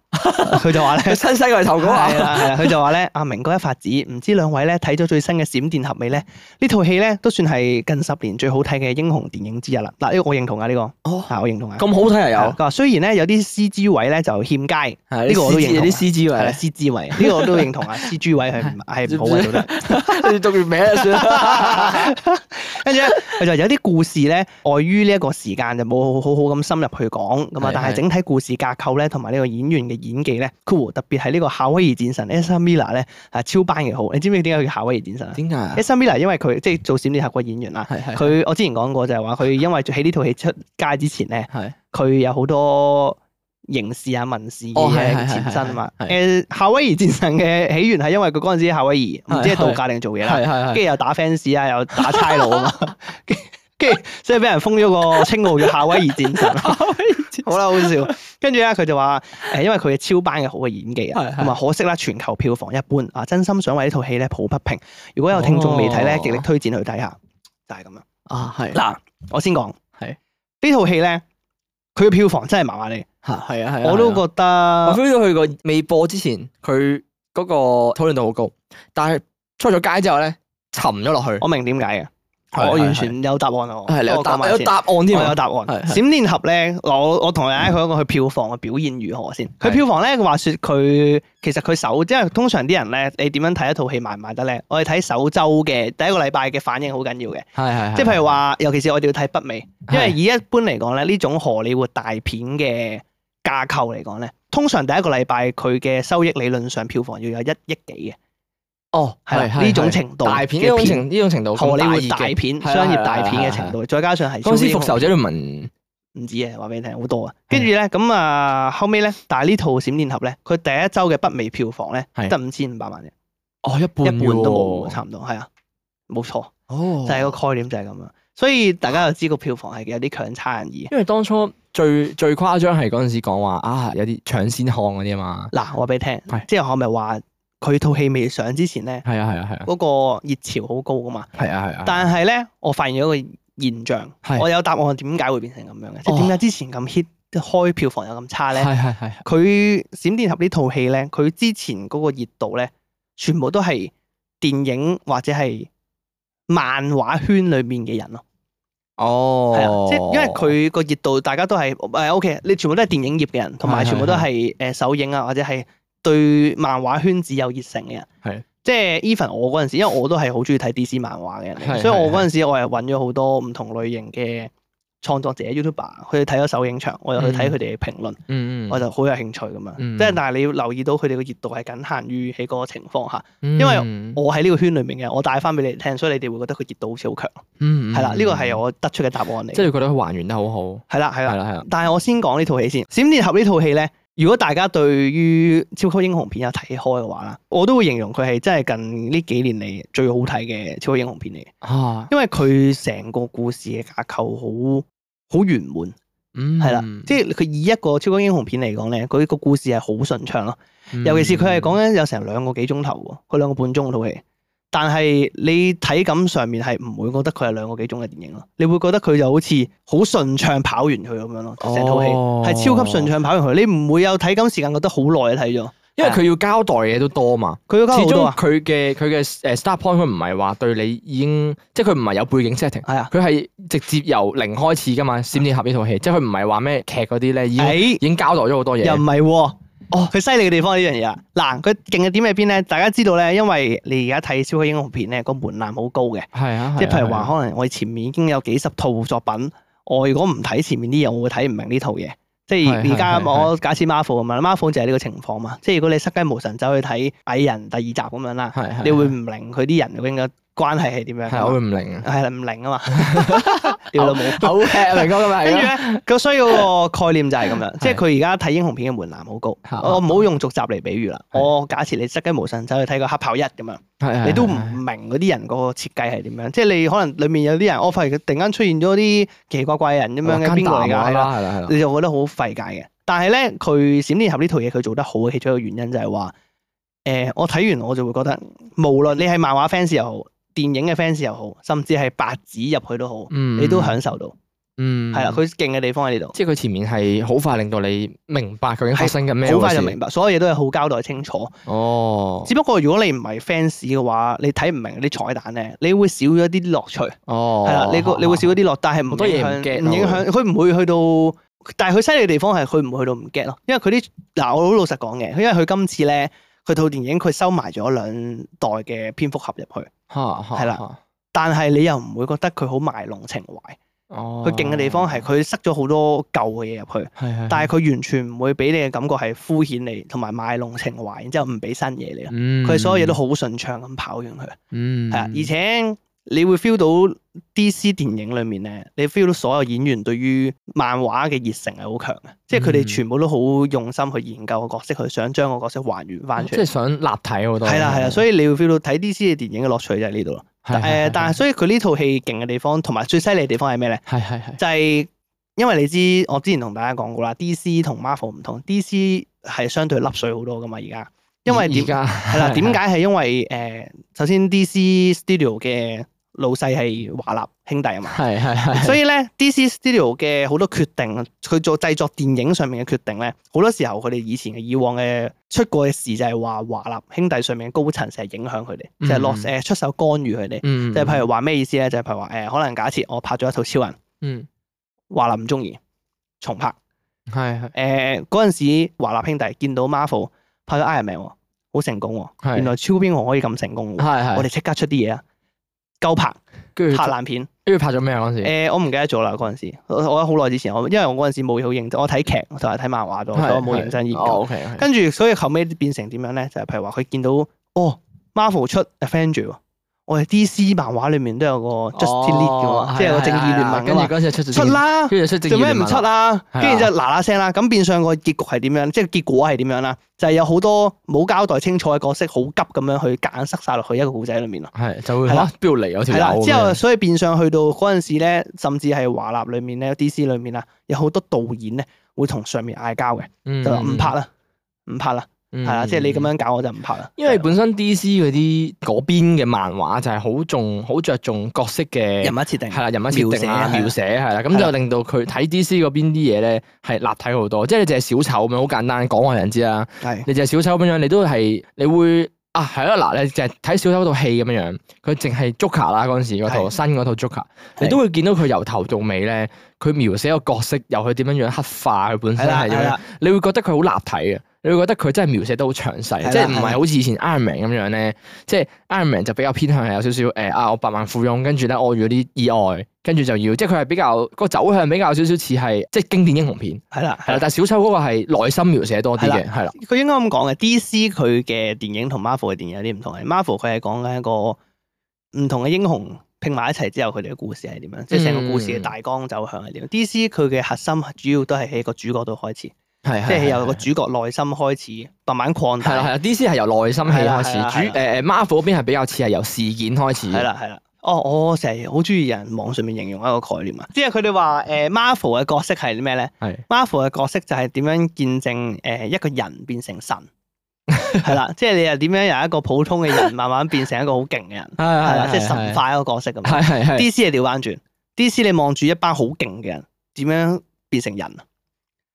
S2: 佢就話咧
S1: 佢。新西嘅投稿啊
S2: 係！啦係啦，佢就話咧，阿明哥一發指，唔知兩位咧睇咗最新嘅《閃電俠》未咧？呢套戲咧都算係近十年最好睇嘅英雄電影之一啦。嗱，呢個我認同啊，呢個
S1: 哦
S2: 啊我認同啊。
S1: 咁好睇又有，
S2: 佢話雖然咧有啲 C G 位咧就欠佳，
S1: 係
S2: 呢個我都認同啊
S1: 啲 C G
S2: 係啦
S1: 位，
S2: ，C G 位呢個我都認同 啊，C G 位係唔係唔好位到得。
S1: 你讀完名就算啦。
S2: 跟住咧，佢就有啲故事咧，礙於呢一個時間就冇好好咁深入去講咁
S1: 係。
S2: 啊但係
S1: 係
S2: 整體故事架構咧，同埋呢個演員嘅演技咧，cool 特別係呢個夏威夷戰神 Ezra Miller 咧係超班嘅好。你知唔知點解佢叫夏威夷戰神啊
S1: 點解啊？
S2: ？Ezra Miller 因為佢即係做閃電俠個演員啦。啊
S1: 係係
S2: 佢我之前講過就係話佢因為喺呢套戲出街之前咧，
S1: 係
S2: 佢有好多刑事啊、民事
S1: 哦
S2: 嘅
S1: 係係係
S2: 前身啊嘛。
S1: 係
S2: 誒夏威夷戰神嘅起源係因為佢嗰陣時喺夏威夷唔知係
S1: 係係
S2: 度假定做嘢啦。
S1: 係係
S2: 跟住又打 fans 啊，又打差佬啊 嘛，跟跟住所以俾人封咗個稱號叫夏威夷戰神，好啦好 笑。跟住咧佢就話誒，因為佢嘅超班嘅好嘅演技啊，
S1: 係係
S2: 咁啊可惜啦，全球票房一般啊，真心想為呢套戲咧抱不平。如果有聽眾未睇咧
S1: 哦，
S2: 極力推薦去睇下，就係咁樣。
S1: 啊係
S2: 嗱，我先講
S1: 係
S2: 呢套戲咧，佢嘅票房真係麻麻地，
S1: 嚇係啊係啊，
S2: 我都
S1: 覺
S2: 覺
S1: 我
S2: 得
S1: feel 到佢個未播之前，佢嗰個討論度好高，但係出咗街之後咧，沉咗落去。
S2: 我明點解嘅，
S1: 係
S2: 我
S1: 係
S2: 完全有答案啊！我
S1: 係你有
S2: 我講
S1: 答
S2: 埋
S1: 有
S2: 先
S1: 答案添
S2: 我有
S1: 啊！
S2: 答案。
S1: 係係
S2: 閃電俠咧，嗱我我同大家講講佢票房嘅表現如何先。佢
S1: 係
S2: 票房咧，話說佢其實佢首，因為通常啲人咧，你點樣睇一套戲賣唔賣得咧？我哋睇首周嘅第一個禮拜嘅反應好緊要嘅，
S1: 係係
S2: 即係譬如話，尤其是我哋要睇北美，因為
S1: 係
S2: 以一般嚟講咧，呢種荷里活大片嘅架構嚟講咧，通常第一個禮拜佢嘅收益理論上票房要有一億幾嘅，
S1: 哦
S2: 係啦呢種程度
S1: 大片呢種
S2: 嘅片
S1: 程呢種程度
S2: 荷里活
S1: 咁
S2: 大
S1: 意境
S2: 片、
S1: 係啦
S2: 商
S1: 係
S2: 業
S1: 啦
S2: 大片
S1: 係
S2: 嘅
S1: 啦
S2: 程度，再加上係
S1: 嗰陣時
S2: 超英
S1: 復
S2: 雄
S1: 仇者聯盟
S2: 唔止嘅，話俾你聽好多啊。跟住咧，咁啊後尾咧，但係呢套閃電俠咧，佢第一周嘅北美票房咧，
S1: 係
S2: 得五千五百萬啫，
S1: 哦一半
S2: 一半都冇，
S1: 喎
S2: 差唔多係啊，冇錯，
S1: 哦
S2: 就係個概念就係咁樣。啊所以大家就知個票房係有啲強差人意。
S1: 因為當初最最誇張係嗰陣時講話啊，有啲搶先看嗰啲啊嘛，
S2: 嗱，我話俾你聽
S1: 係，
S2: 即係我咪話佢套戲未上之前咧，
S1: 係啊係啊係啊
S2: 嗰個熱潮好高噶嘛。
S1: 係啊係啊，
S2: 但係咧，我發現咗一個現象，
S1: 係哦
S2: 我有答案點解會變成咁樣嘅，即係點解之前咁 hit 開票房又咁差咧？
S1: 係係係
S2: 啊
S1: 係
S2: 佢閃電俠呢套戲咧，佢之前嗰個熱度咧，全部都係電影或者係漫畫圈裏面嘅人咯，
S1: 哦，
S2: 係啊，即係因為佢個熱度，大家都係誒 OK，你全部都係電影業嘅人，同埋
S1: 係
S2: 全部都係誒首映啊，或者係對漫畫圈子有熱誠嘅人。
S1: 係
S2: 即係 even 我嗰陣時，因為我都係好中意睇 DC 漫畫嘅人嚟嘅，
S1: 係
S2: 所以
S1: 係
S2: 我嗰陣時我係揾咗好多唔同類型嘅創作者 YouTuber，佢哋睇咗首映場，我又去睇佢哋嘅評論。
S1: 嗯嗯，
S2: 我就好有興趣咁樣。
S1: 嗯
S2: 即係但係你要留意到佢哋嘅熱度係僅限於喺嗰個情況下，
S1: 因
S2: 為
S1: 嗯
S2: 我喺呢個圈裏面嘅，我帶翻俾你哋聽，所以你哋會覺得佢熱度好似好強。
S1: 嗯
S2: 係啦，呢個係
S1: 我
S2: 我得出嘅答案嚟
S1: 即係
S2: 嘅。
S1: 你覺得佢還原得好好，
S2: 係啦，係
S1: 係
S2: 啦。
S1: 啦係啦，
S2: 但係我先講呢套戲先，《閃電俠》呢套戲咧，如果大家對於超級英雄片有睇開嘅話啦，我都會形容佢啊係真係近呢幾年嚟最好睇嘅超級英雄片嚟嘅，
S1: 啊，
S2: 因為佢成個故事嘅架構好好圓滿，
S1: 嗯
S2: 係啦，即係佢以一個超級英雄片嚟講咧，佢個故事係好順暢咯。
S1: 嗯
S2: 尤其是佢係講緊有成兩個幾鐘頭喎，佢兩個半鐘嗰套戲。但係你體感上面係唔會覺得佢係兩個幾鐘嘅電影咯，你會覺得佢就好似好順暢跑完佢咁樣咯，成套戲
S1: 哦
S2: 係超級順暢跑完佢，你唔會有體感時間覺得好耐啊睇咗。
S1: 因為佢要交代嘅嘢都多嘛，
S2: 佢嗰間
S1: 始
S2: 好多
S1: 終
S2: 啊，
S1: 佢嘅佢嘅誒 start point 佢唔係話對你已經，即係佢唔係有背景 setting，
S2: 係啊，
S1: 佢係直接由零開始噶嘛，《閃電俠》呢套戲，即係佢唔係話咩劇嗰啲咧，已經
S2: 誒
S1: 已經交代咗好多嘢。
S2: 哎又唔係喎。
S1: 哦
S2: 佢犀利嘅地方係呢樣嘢啊！嗱，佢勁嘅點喺邊咧？大家知道咧，因為你而家睇超級英雄片咧，個門檻好高嘅。
S1: 係啊，
S2: 即係譬如話，可能我前面已經有幾十套作品，我如果唔睇前面啲嘢，我會睇唔明呢套嘢。即
S1: 係
S2: 係而家
S1: 係係
S2: 我假設 Marvel 咁樣，Marvel 就係呢個情況嘛。即係如果你失驚無神走去睇蟻人第二集咁樣啦，
S1: 係係
S2: 你會唔明佢啲人究竟嘅關係係點樣㗎
S1: 係我會
S2: 嘛？
S1: 唔明啊，
S2: 係啦，唔明啊嘛， 屌老母！
S1: 好吃啊明哥咁
S2: 跟住
S1: 係
S2: 咧，咁所以嗰個概念就係咁樣，即係佢而家睇英雄片嘅門檻好高。
S1: 係
S2: 我唔好用續集嚟比喻啦，
S1: 係
S2: 我假設你失驚無神走去睇個黑豹一咁樣。
S1: 係啊
S2: 你都唔明嗰啲人個設計係點樣，即係你可能裡面有啲人，我發現佢突然間出現咗啲奇怪怪嘅人咁
S1: 哦
S2: 樣嘅，邊個嚟㗎？
S1: 係啦係
S2: 係啦，
S1: 啦係啦，
S2: 你就覺得好費解嘅。但係咧，佢閃電俠呢套嘢佢做得好嘅其中一個原因就係話，誒、我睇完我就會覺得，無論你係漫畫 fans 又好，電影嘅 fans 又好，甚至係白紙入去都好，
S1: 嗯
S2: 你都享受到。
S1: 嗯
S2: 係啦、啊佢勁嘅地方喺呢度，
S1: 即係佢前面係好快令到你明白究竟發生緊咩
S2: 好快就
S1: 回事
S2: 明白，所有嘢都係好交代清楚。
S1: 哦
S2: 只不過如果你唔係 fans 嘅話，你睇唔明啲彩蛋咧，你會少咗啲樂趣。
S1: 哦，
S2: 係啦，你個你會少咗啲落，但係唔
S1: 好多嘢唔
S2: 影響
S1: get
S2: 唔影響佢唔會去到。但係佢犀利嘅地方係佢唔會去到唔 get 咯，因為佢啲嗱我好老實講嘅，因為佢今次咧佢套電影佢收埋咗兩袋嘅蝙蝠俠入去，
S1: 係
S2: 係啦，但係你又唔會覺得佢好賣弄情懷。
S1: 哦，
S2: 佢勁嘅地方係佢塞咗好多舊嘅嘢入去，
S1: 係係，
S2: 但係佢完全唔會俾你嘅感覺係敷衍你同埋賣弄情懷，然之後唔俾新嘢你咯。
S1: 嗯
S2: 佢所有嘢都好順暢咁跑完佢。
S1: 嗯
S2: 係啊，而且你會 feel 到 DC 電影裏面咧，你 feel 到所有演員對於漫畫嘅熱誠係好強嘅，即係佢
S1: 嗯
S2: 哋全部都好用心去研究個角色，去想將個角色還原翻
S1: 哦
S2: 出
S1: 即
S2: 嚟
S1: 係。想立體好多，
S2: 係啦係啦，所以你會 feel 到睇 DC 嘅電影嘅樂趣就喺呢度咯。
S1: 係啊
S2: 誒，但係所以佢呢套戲勁嘅地方，同埋最犀利嘅地方係咩咧？
S1: 係係係
S2: 就係因為你知我之前同大家講過啦，DC 同 Marvel 唔同，DC 係相對粒水好多噶嘛而家，因為
S1: 而
S2: 點
S1: 家
S2: 係
S1: 係
S2: 啦，點解係因為誒、呃首先 DC Studio 嘅老細係華納兄弟啊嘛，
S1: 係係係
S2: 所以咧 DC Studio 嘅好多決定，佢做製作電影上面嘅決定咧，好多時候佢哋以前嘅以往嘅出過嘅事就係話華納兄弟上面嘅高層成日影響佢哋，
S1: 嗯
S2: 就係落誒出手干預佢哋。
S1: 嗯
S2: 就係譬如話咩意思咧？就係譬如話誒、呃可能假設我拍咗一套超人，
S1: 嗯
S2: 華納唔中意，重拍。
S1: 係係
S2: 誒嗰陣時華納兄弟見到 Marvel 拍咗 Iron Man 喎，好成功
S1: 係
S2: 喎，原來超英雄可以咁成功喎。
S1: 係係，
S2: 我哋即刻出啲嘢啊！鳩拍
S1: 跟住
S2: 拍爛片，
S1: 跟住拍咗咩啊嗰陣時？
S2: 誒我唔記得咗啦嗰陣時，我我好耐之前，我因為我嗰陣時冇好認真，我睇劇同埋睇漫畫咗，所以我冇認真研究。
S1: O K，
S2: 跟住所以後尾變成點樣咧？就係譬如話佢見到哦 Marvel 出 Avenger 喎，我哋 DC 漫畫裏面都有個
S1: 哦
S2: Justice League 嘅喎，即係有個正義聯盟
S1: 跟
S2: 嘅
S1: 住
S2: 嘛，
S1: 嗰陣時出
S2: 出，啦。
S1: 啊跟住出
S2: 做咩唔出？啊？
S1: 係啊
S2: 跟住就嗱嗱聲啦，咁變相個結局係點樣？即係結果係點樣啦？就係有好多冇交代清楚嘅角色，好急咁樣去夾硬塞晒落去一個故仔裏面咯。
S1: 係就會嚇
S2: 係啦
S1: 邊度嚟嗰啊
S2: 係啦
S1: 條，友？
S2: 之後所以變相去到嗰陣時咧，甚至係華納裏面咧、DC 裏面啊，有好多導演咧會同上面嗌交嘅，
S1: 就
S2: 就話唔拍啦，唔拍啦，
S1: 係
S2: 係啦，即係你咁。樣搞我就唔拍啦。
S1: 嗯因為本身 D.C. 嗰啲嗰邊嘅漫畫就係好重、好着重角色嘅
S2: 人物設定
S1: 係啦，人物設定啊、
S2: 描
S1: 描寫係啦，咁
S2: 係啦
S1: 就令到佢睇 D.C. 嗰邊啲嘢咧係立體好多，即係你淨係小丑咁樣好簡單講話人知啦。
S2: 係
S1: 你淨係小丑咁樣，你都係你會啊係啦嗱，你淨係睇小丑嗰套戲咁樣樣，佢淨係 Joker 啦嗰陣時嗰套
S2: 係
S1: 新嗰套 Joker，你都會見到佢由頭到尾咧，佢描寫個角色由佢點樣樣刻畫佢本
S2: 係
S1: 身
S2: 啦
S1: 係點
S2: 係
S1: 樣，
S2: 啦，
S1: 你會覺得佢好立體嘅。你會覺得佢真係描寫得好詳
S2: 係啦
S1: 細，即係唔
S2: 係啦
S1: 係好似以前 Iron Man 咁樣咧，即係 Iron Man 就比較偏向係有少少誒啊，我百萬富翁，跟住咧我遇到啲意外，跟住就要，即係佢係比較個走向比較少少似係即係經典英雄片，
S2: 係啦，
S1: 係
S2: 係
S1: 啦，
S2: 啦。
S1: 但係小丑嗰個係內心描寫多啲
S2: 係
S1: 嘅，係啦，
S2: 佢應該咁講嘅，DC 佢嘅電影同 Marvel 嘅電影有啲唔同嘅。Marvel 佢係講緊一個唔同嘅英雄拼埋一齊之後，佢哋嘅故事係點樣，即係
S1: 嗯
S2: 成個故事嘅大綱走向係點樣。DC 佢嘅核心主要都係喺個主角度開始，
S1: 係
S2: 即係由個
S1: 係
S2: 主角內心開始，慢慢擴
S1: 係啦，係
S2: 大。
S1: 啦，DC 係由內心戲
S2: 係
S1: 開
S2: 啦係啦
S1: 始，
S2: 係
S1: 主誒誒 Marvel 嗰邊係比較似係由事件開始，
S2: 係啦，係啦。哦，我成日好中意有人網上面形容一個概念啊，即係佢哋話誒 Marvel 嘅角色係咩咧？
S1: 係
S2: Marvel 嘅角色就係點樣見證誒、呃一個人變成 神，係啦，即係你又點樣由一個普通嘅人慢慢變成一個好勁嘅人，
S1: 係
S2: 係
S1: 係
S2: 啦，即係神化一個角色咁樣。
S1: 係係係
S2: D.C. 係調翻轉，D.C. 你望住一班好勁嘅人點樣變成人，啊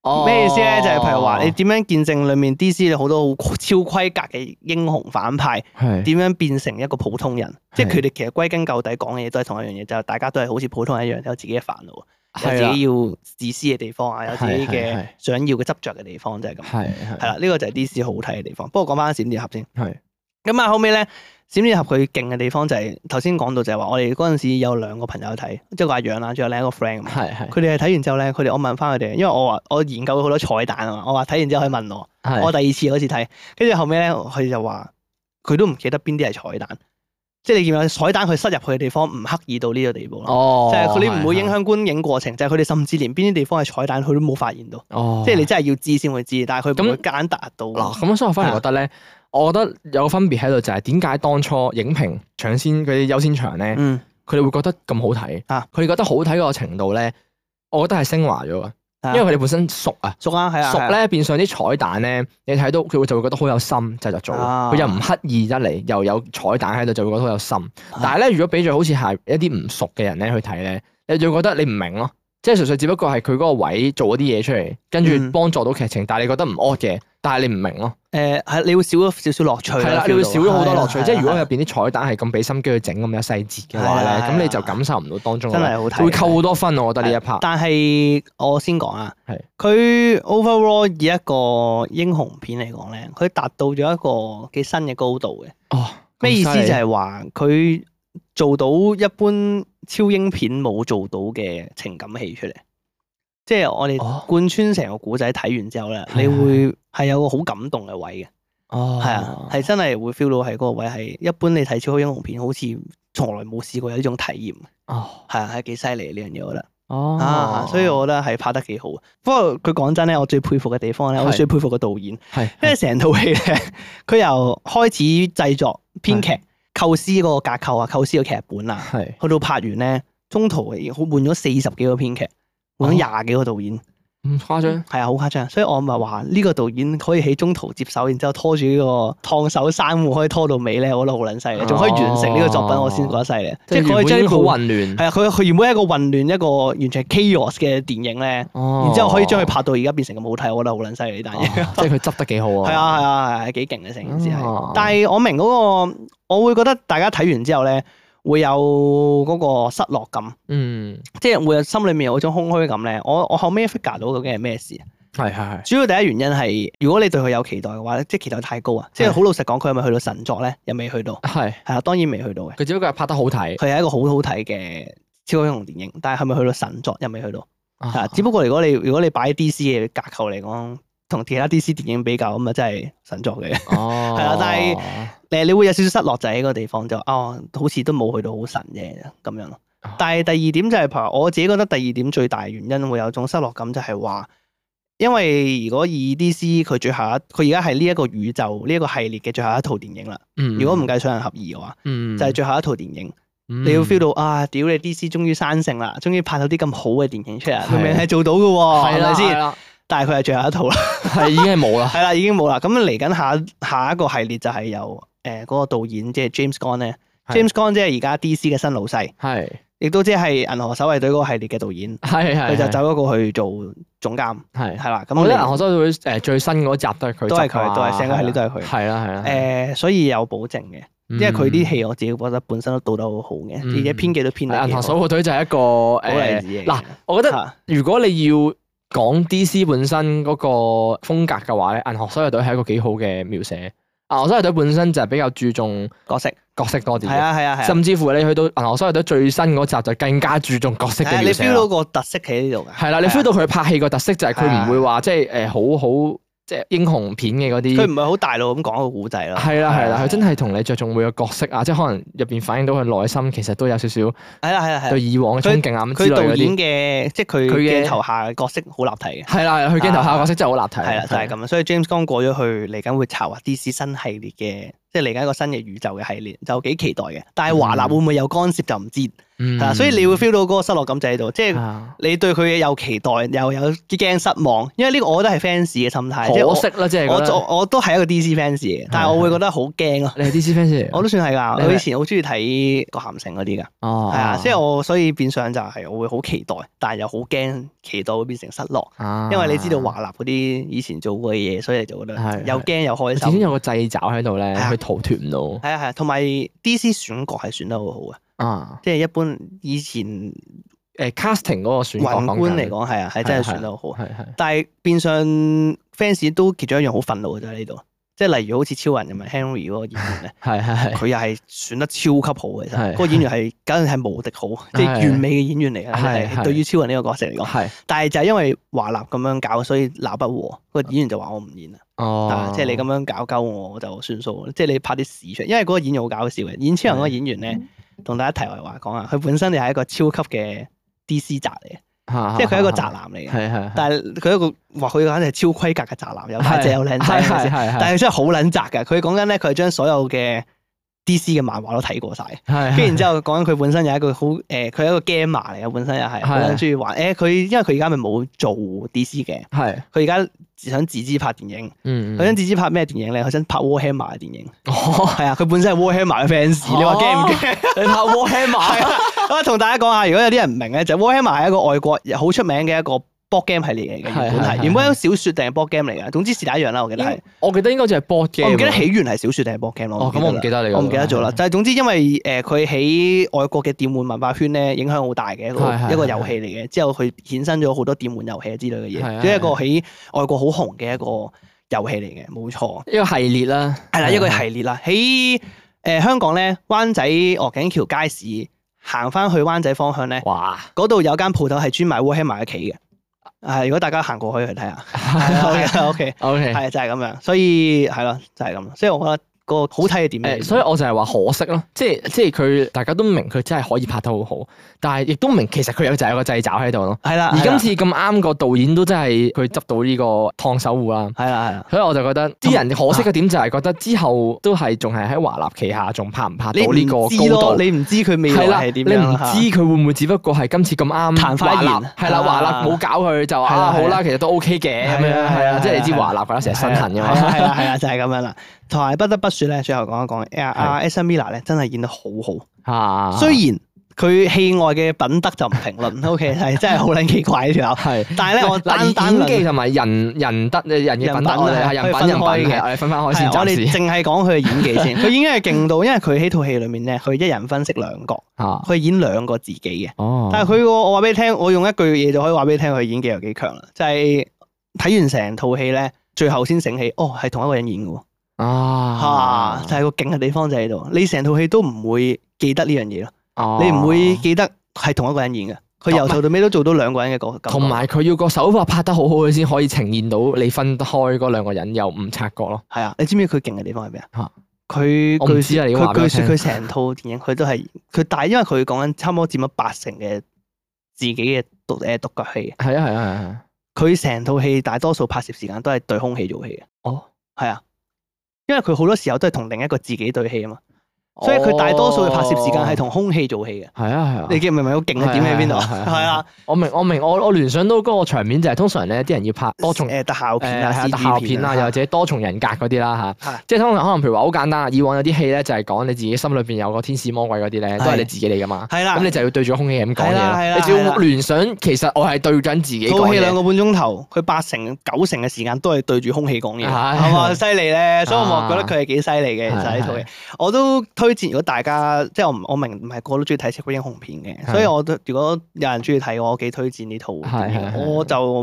S1: 哦
S2: 咩意思咧？就係譬如話你點樣見證裡面 D.C. 有好多好超規格嘅英雄反派
S1: 係
S2: 點樣變成一個普通人，即係
S1: 係
S2: 佢哋其實歸根究底講嘅嘢都係同一樣嘢，就係大家都係好似普通人一樣有自己嘅煩惱。有自
S1: 係啦啊
S2: 己要自私嘅地方啊，有自己
S1: 係係
S2: 嘅
S1: 係
S2: 想要嘅執着嘅地方，就係咁。
S1: 係係
S2: 係啦，呢個就係 D.C. 好睇嘅地方。不過講翻閃電俠先。
S1: 係
S2: 咁啊，後尾咧，閃電俠佢勁嘅地方就係頭先講到就係話，我哋嗰陣時有兩個朋友睇，即係個阿楊啦，仲有另一個 friend 咁啊。
S1: 係係
S2: 佢哋係睇完之後咧，佢哋我問翻佢哋，因為我話我研究好多彩蛋啊嘛，我話睇完之後可以問我。
S1: 係
S2: 我第二次嗰次睇，跟住後尾咧，佢就話佢都唔記得邊啲係彩蛋，即係你見到彩蛋佢塞入去嘅地方唔刻意到呢個地步咯。
S1: 哦，
S2: 就係佢哋唔會影
S1: 係
S2: 響觀影過程，就係佢哋甚至連邊啲地方係彩蛋佢都冇發現到，
S1: 哦，
S2: 即係你真係要知先會知，但係佢唔會
S1: 咁
S2: 簡達到。
S1: 嗱，咁所以我反而覺得
S2: 啊
S1: 咧，我覺得有個分別喺度就係點解當初影評搶先嗰啲優先場咧，
S2: 嗯，
S1: 佢哋會覺得咁好睇，
S2: 啊
S1: 佢哋覺得好睇個程度咧，我覺得係升華咗啊，
S2: 啊
S1: 因為佢哋本身熟啊。
S2: 熟啊，係啊，
S1: 熟
S2: 係啊，
S1: 咧變相啲彩蛋咧，你睇到佢會就會覺得好有心製作組，
S2: 啊
S1: 佢又唔刻意一嚟，又有彩蛋喺度，就會覺得好有心。
S2: 啊
S1: 但係咧，如果俾咗好似係一啲唔熟嘅人咧去睇咧，你就會覺得你唔明咯，即係純粹只不過係佢嗰個位做咗啲嘢出嚟，跟
S2: 嗯
S1: 住幫助到劇情，但係你覺得唔 odd 嘅，但係你唔明咯。
S2: 誒係你會少咗少少樂趣啦，
S1: 係啦，你
S2: 啊 feel
S1: 會
S2: 到
S1: 少咗好多樂
S2: 係
S1: 趣。
S2: 啊
S1: 即係如果
S2: 係
S1: 入
S2: 啊
S1: 邊啲彩蛋係咁俾心機去整咁有細節嘅話
S2: 係啊係
S1: 咧，
S2: 啊
S1: 咁你就感受唔到當中嘅
S2: 真
S1: 樂
S2: 係好睇，
S1: 趣，會扣好多分。啊我覺得呢一 part
S2: 但係我先講啊
S1: 係，
S2: 佢 overall 以一個英雄片嚟講咧，佢達到咗一個幾新嘅高度嘅。
S1: 哦，
S2: 咩意思就
S1: 係
S2: 係話佢做到一般超英片冇做到嘅情感戲出嚟，即係我哋
S1: 哦
S2: 貫穿成個古仔睇完之後咧，
S1: 係
S2: 你
S1: 係
S2: 會係有個好感動嘅位嘅，
S1: 哦，
S2: 係啊，係真係會 feel 到係嗰個位係一般你睇超英雄片好似從來冇試過有呢種體驗，
S1: 哦
S2: 係啊，係幾犀利呢樣嘢我覺得
S1: 哦
S2: 啊，所以我覺得係拍得幾好。不過佢講真咧，我最佩服嘅地方咧，我
S1: 係
S2: 最佩服個導演。
S1: 係
S2: 因為成套戲咧， 佢由開始製作、編劇、構思嗰個架構啊、構思個劇本啊，
S1: 係
S2: 去到拍完咧，中途已經好換咗四十幾個編劇，換
S1: 哦
S2: 咗廿幾個導演，
S1: 唔嗯誇張。
S2: 係啊，好誇張。所以我咪話呢個導演可以喺中途接手，然之後拖住呢個燙手山芋可以拖到尾咧，我覺得好撚犀利，仲可以完成呢個作品，
S1: 哦
S2: 我先覺得犀利。
S1: 即係
S2: 可
S1: 佢
S2: 以
S1: 已經好
S2: 部
S1: 混亂，
S2: 係啊，佢佢原本係一個混亂、一個完全 chaos 嘅電影咧，
S1: 然
S2: 然之後可以將佢拍到而家變成咁好睇，我覺得好撚犀利呢單 嘢。
S1: 即係佢執得幾好啊。
S2: 哦係啊係啊係係幾勁嘅成件事係
S1: 哦，
S2: 但係我明嗰、個，我會覺得大家睇完之後咧，會有嗰個失落感，
S1: 嗯，
S2: 即係會有心裏面有嗰種空虛感咧。我我後尾 figure 到究竟係咩事，
S1: 係係係，
S2: 主要第一原因係如果你對佢有期待嘅話咧，即係期待太高啊，即係好老實講，佢係咪去到神作咧？又未去到，
S1: 係
S2: 係啊，當然未去到嘅。
S1: 佢只不過係拍得好睇。
S2: 佢係一個好好睇嘅超級英雄電影，但係係咪去到神作又未去到？係啊
S1: 啊
S2: 只不過如果你如果你擺 D.C. 嘅架構嚟講，同其他 D.C. 電影比較咁啊，真係神作嘅。
S1: 哦，
S2: 係啦但係誒，你會有少少失落就喺嗰個地方就哦，好似都冇去到好神嘅咁樣咯
S1: 啊。
S2: 但係第二點就係、譬如我自己覺得第二點最大原因會有種失落感，就係話，因為如果以 DC 佢最後一，佢而家係呢一個宇宙呢一、個系列嘅最後一套電影啦。
S1: 嗯
S2: 如果唔計《雙人合二》嘅話，
S1: 嗯
S2: 就係最後一套電影，
S1: 你
S2: 你要 feel 到啊，屌你 DC 終於生性啦，終於拍到啲咁好嘅電影出嚟，
S1: 係
S2: 哦明明係做到嘅喎，係咪先？
S1: 啦，
S2: 但係佢係最後一套啦，
S1: 係已經係冇啦。
S2: 係啦，已經冇啦。咁嚟緊下下一個系列就係由誒嗰個導演即係 James Gunn 咧
S1: 係
S2: ，James Gunn 即係而家 DC 嘅新老細，
S1: 係
S2: 亦都即係銀河守衛隊嗰個系列嘅導演，
S1: 係係，
S2: 佢就
S1: 係
S2: 走咗過去做總監，
S1: 係。
S2: 係啦。咁
S1: 我覺得銀
S2: 嚟
S1: 河修會誒最新嗰集都係佢，啊
S2: 都係佢都係成個系列都係佢
S1: 係啦係啦，
S2: 誒，呃所以有保證嘅，
S1: 因
S2: 因為佢啲戲我自己覺得本身都導得好好嘅，
S1: 嗯
S2: 而且編劇都編得
S1: 銀
S2: 幾
S1: 河守
S2: 好，
S1: 護隊就係一個
S2: 好例
S1: 誒
S2: 子嚟嘅
S1: 嗱，我覺得
S2: 嚇
S1: 如果你要講 DC 本身嗰個風格嘅話咧，銀河守護隊係一個幾好嘅描寫。銀河守護隊本身就係比較注重
S2: 角色
S1: 角色多啲
S2: 係
S1: 嘅，
S2: 啊係啊係啊。
S1: 甚至乎你去到銀河守護隊最新嗰集就更加注重角色
S2: 係啊
S1: 嘅
S2: 你
S1: 描寫
S2: feel
S1: 啦
S2: 到。個特色喺呢度㗎。
S1: 係啦，你
S2: 係啊
S1: feel 到佢拍戲個特色就係
S2: 係啊
S1: 佢唔會話即係誒好好即係英雄片嘅嗰啲。
S2: 佢唔係好大路咁講個古仔咯。
S1: 係啦係啦，佢真
S2: 係啊
S1: 係同你着重每個角色啊，即係可能入邊反映到佢內心其實都有少少
S2: 係啦係啦係啦
S1: 對。以往嘅憧
S2: 佢
S1: 憬啊咁之
S2: 佢
S1: 類
S2: 導
S1: 嗰啲。
S2: 演嘅即係佢
S1: 佢嘅
S2: 鏡頭下嘅角色好立體嘅，
S1: 係啦，佢鏡頭下嘅角色真係好啊立體。
S2: 啊係啦就係咁啊樣。所以 James Gunn 過咗去，嚟緊會策劃 DC 新系列嘅，即係嚟緊一個新嘅宇宙嘅系列，就幾期待嘅。但係華納
S1: 嗯
S2: 會唔會有干涉就唔知，係
S1: 嗯。
S2: 啦。所以你會 feel 到嗰個失落感就喺度，即係。
S1: 啊
S2: 你對佢嘅有期待，又有啲驚失望，因為呢個我覺得係 fans 嘅心態，即係
S1: 可
S2: 我
S1: 惜啦，即係
S2: 我
S1: 覺得
S2: 我我都係一個 DC fans 嘅，但係我會覺得好驚咯。
S1: 你係 DC fans 嚟
S2: 我
S1: 㗎
S2: 都算係㗎，
S1: 啊你係
S2: 我以前好中意睇個鹹城嗰啲㗎，
S1: 哦，
S2: 係啊，即係我所以變相就係我會好期待，但係又好驚期待會變成失落，
S1: 啊
S2: 因為你知道華納嗰啲以前做過嘅嘢，所以你就覺得
S1: 係
S2: 又驚又開
S1: 始終
S2: 心。
S1: 有個掣肘喺度咧，
S2: 係啊
S1: 佢逃脱唔
S2: 係啊係啊，同埋 DC 選角係選得好好嘅，
S1: 到啊。
S2: 即係一般以前
S1: 誒 casting 嗰個選角
S2: 宏
S1: 講
S2: 觀
S1: 緊
S2: 嚟講係啊，係真係選得好好。
S1: 係係
S2: 但係變相 fans 都結咗一樣好憤怒嘅就喺呢度，即係例如好似超人咁樣啊 Henry 嗰個演員咧，
S1: 係 係係
S2: 佢又係選得超級好嘅，其實
S1: 係
S2: 嗰個演員係梗係無敵好，即係
S1: 係
S2: 完美嘅演員嚟嘅。
S1: 係
S2: 係
S1: 係
S2: 對於超人呢個角色嚟講，
S1: 係
S2: 但係就係因為華納咁樣搞，所以鬧不和，個演員就話我唔演啦，
S1: 哦
S2: 啊，即係你咁樣搞鳩我，我就算數，即係你拍啲屎出嚟，因為嗰個演員好搞笑嘅，演超人嗰個演員咧，同大家題外話講啊，佢本身就係一個超級嘅 DC 宅嚟嘅，
S1: 咁
S2: 即係佢係一個宅男嚟嘅。
S1: 係係係
S2: 但係佢一個話佢簡直係超規格嘅宅男，有大隻有靚仔，啊係咪
S1: 係
S2: 先
S1: 係係
S2: 但係佢真係好撚宅嘅。佢講緊咧，佢係將所有嘅 DC 嘅漫畫都睇過晒。
S1: 係
S2: 跟住然之後講緊佢本身有一個好誒，呃佢係一個 gamer 嚟嘅，本身又係
S1: 係
S2: 好撚中意玩。誒佢因為佢而家咪冇做 DC 嘅，
S1: 係
S2: 佢而家想自資拍電影。
S1: 嗯嗯
S2: 佢想自資拍咩電影咧？佢想拍 Warhammer 嘅電影。
S1: 哦
S2: 係啊，佢本身係 Warhammer 嘅 fans。你話驚唔驚？
S1: 你拍 Warhammer
S2: 我同大家講下，如果有啲人唔明咧，就 Warhammer 係一個外國好出名嘅一個 board game 系列嚟嘅，原本
S1: 係係
S2: 係
S1: 係
S2: 原本係小説定係 board game 嚟嘅，總之是但一樣啦，我記得係
S1: 應。我記得應該就係 board game 啊
S2: 我唔記得起源係小説定係 board game 咯。
S1: 哦，咁我唔
S2: 啦
S1: 記得你
S2: 我唔記得咗啦。就係總之，因為誒佢喺外國嘅電玩文化圈咧，影響好大嘅一
S1: 係係
S2: 個一個遊戲嚟嘅。之後佢衍生咗好多電玩遊戲之類
S1: 係
S2: 嘅嘢，
S1: 係
S2: 即係一個喺外國好紅嘅一個遊戲嚟嘅，冇錯。
S1: 一個系列啦，
S2: 係啦，一個系列啦。喺誒香港咧，灣仔鵝頸橋街市行翻去灣仔方向咧，
S1: 哇，
S2: 嗰度有間鋪頭係專賣 Warhammer 嘅棋嘅。係，如果大家行過去去睇下。 係啊 OK。
S1: O K，
S2: 係就係咁樣，所以係咯，就係咁樣。所以我覺得嗰個好睇嘅點喺
S1: 誒，
S2: 呢度
S1: 呃所以我就係話可惜咯，即係即係佢大家都明佢真係可以拍得好好，但係亦都明其實佢有就係有個掣肘喺度咯。
S2: 啊係啦，
S1: 而今次咁啱個導演都真係佢執到呢個燙手戶啦，
S2: 係啦係啦，
S1: 所以我就覺得啲人可惜嘅點就係覺得之後都係仲係喺華納旗下，仲拍唔拍到
S2: 你
S1: 呢個
S2: 唔知
S1: 高
S2: 咯，
S1: 度？
S2: 你唔知佢未
S1: 係啦，
S2: 來係
S1: 你唔
S2: 點
S1: 知
S2: 樣啦嚇
S1: 佢會唔會只不過係今次咁啱
S2: 曇花
S1: 華
S2: 一
S1: 納
S2: 現
S1: 係啦，華
S2: 啊
S1: 納冇搞佢就
S2: 係啦
S1: 啊好
S2: 係
S1: 啦，其實都 OK 嘅咁
S2: 係
S1: 樣
S2: 啊係
S1: 係
S2: 啊
S1: 啊，即係你知
S2: 係啊
S1: 華納嗰陣時係身痕㗎
S2: 係啦啊
S1: 嘛，
S2: 係啦係啦，就係咁樣啦。同埋不得不說咧，最後講一講，阿阿 e s a Mila 咧真係演得好好，
S1: 啊
S2: 雖然佢戲外嘅品德就唔評 論，OK 係真係好撚奇怪呢條友。
S1: 係。
S2: 但係咧，我單單
S1: 演技
S2: 論
S1: 同埋人人德人嘅
S2: 人
S1: 品
S2: 品
S1: 德，我哋
S2: 啊
S1: 係人品
S2: 可以
S1: 人
S2: 分開
S1: 品
S2: 嘅
S1: 係我哋分翻開先
S2: 係啊我
S1: 暫
S2: 哋
S1: 時
S2: 淨係講佢嘅演 技先，佢已經係勁到，因為佢喺套戲裡面咧，佢一人分飾兩角，
S1: 啊
S2: 佢演兩個自己嘅。
S1: 哦
S2: 但係佢個我話俾你聽，我用一句嘢就可以話俾你聽，佢演技有幾強啦。就係、睇完成套戲咧，最後先醒起，哦，係同一個人演嘅喎。嚇、
S1: 啊
S2: 就係個勁嘅地方就喺度。你成套戲都唔會記得呢樣嘢咯，
S1: 哦
S2: 你唔會記得係同一個人演嘅。佢由頭到尾都做到兩個人嘅角感覺
S1: 同埋佢要個手法拍得好好，佢先可以呈現到你分開嗰兩個人又唔察覺咯。
S2: 係啊，你知唔知佢勁嘅地方係咩啊
S1: 嚇？
S2: 佢
S1: 我唔
S2: 據
S1: 知啊
S2: 說
S1: 你話
S2: 佢
S1: 俾
S2: 據
S1: 我
S2: 說
S1: 聽
S2: 佢成套電影佢都係佢，但係因為佢講緊差唔多佔咗八成嘅自己嘅獨誒獨角戲，
S1: 係啊係啊係啊係啊，
S2: 佢成套戲大多數拍攝時間都係對空氣做戲嘅。
S1: 哦
S2: 係啊，因為佢好多時候都係同另一個自己對戲啊嘛。所以佢大多數嘅拍攝時間係同空氣做戲嘅。
S1: 哦係哦啊係啊，
S2: 你記唔明唔明個勁係點喺邊度啊？
S1: 係啊係啊係啊
S2: 係啊，
S1: 我明我明，我我聯想到嗰個場面就係通常咧，啲人要拍多重
S2: 誒特效片啊，
S1: 誒係
S2: CG
S1: 特效呃片啊，又或
S2: 係
S1: 者多重人格嗰啲啦
S2: 係
S1: 嚇，即係通常可能譬如話好簡單啊，以往有啲戲咧就係講你自己心裏邊有個天使魔鬼嗰啲咧，都係
S2: 係
S1: 你自己嚟噶嘛，
S2: 係啦，
S1: 咁你就要對住空氣咁講嘢
S2: 係啦
S1: 啦，
S2: 係啦
S1: 你只
S2: 係
S1: 要
S2: 啦
S1: 聯想其實我係對緊自己
S2: 套
S1: 講
S2: 戲兩
S1: 嘢，
S2: 個半鐘頭，佢八成九成嘅時間都係對住空氣講嘢，
S1: 係
S2: 係嘛？犀利 咧，所以我
S1: 啊
S2: 覺得佢係幾犀利嘅。其實呢套
S1: 係
S2: 戲，我都推薦。如果大家即係我唔我明唔係個個都中意睇超級英雄片嘅，
S1: 係
S2: 所以我都如果有人中意睇，我幾推薦呢套
S1: 係係係
S2: 片。我就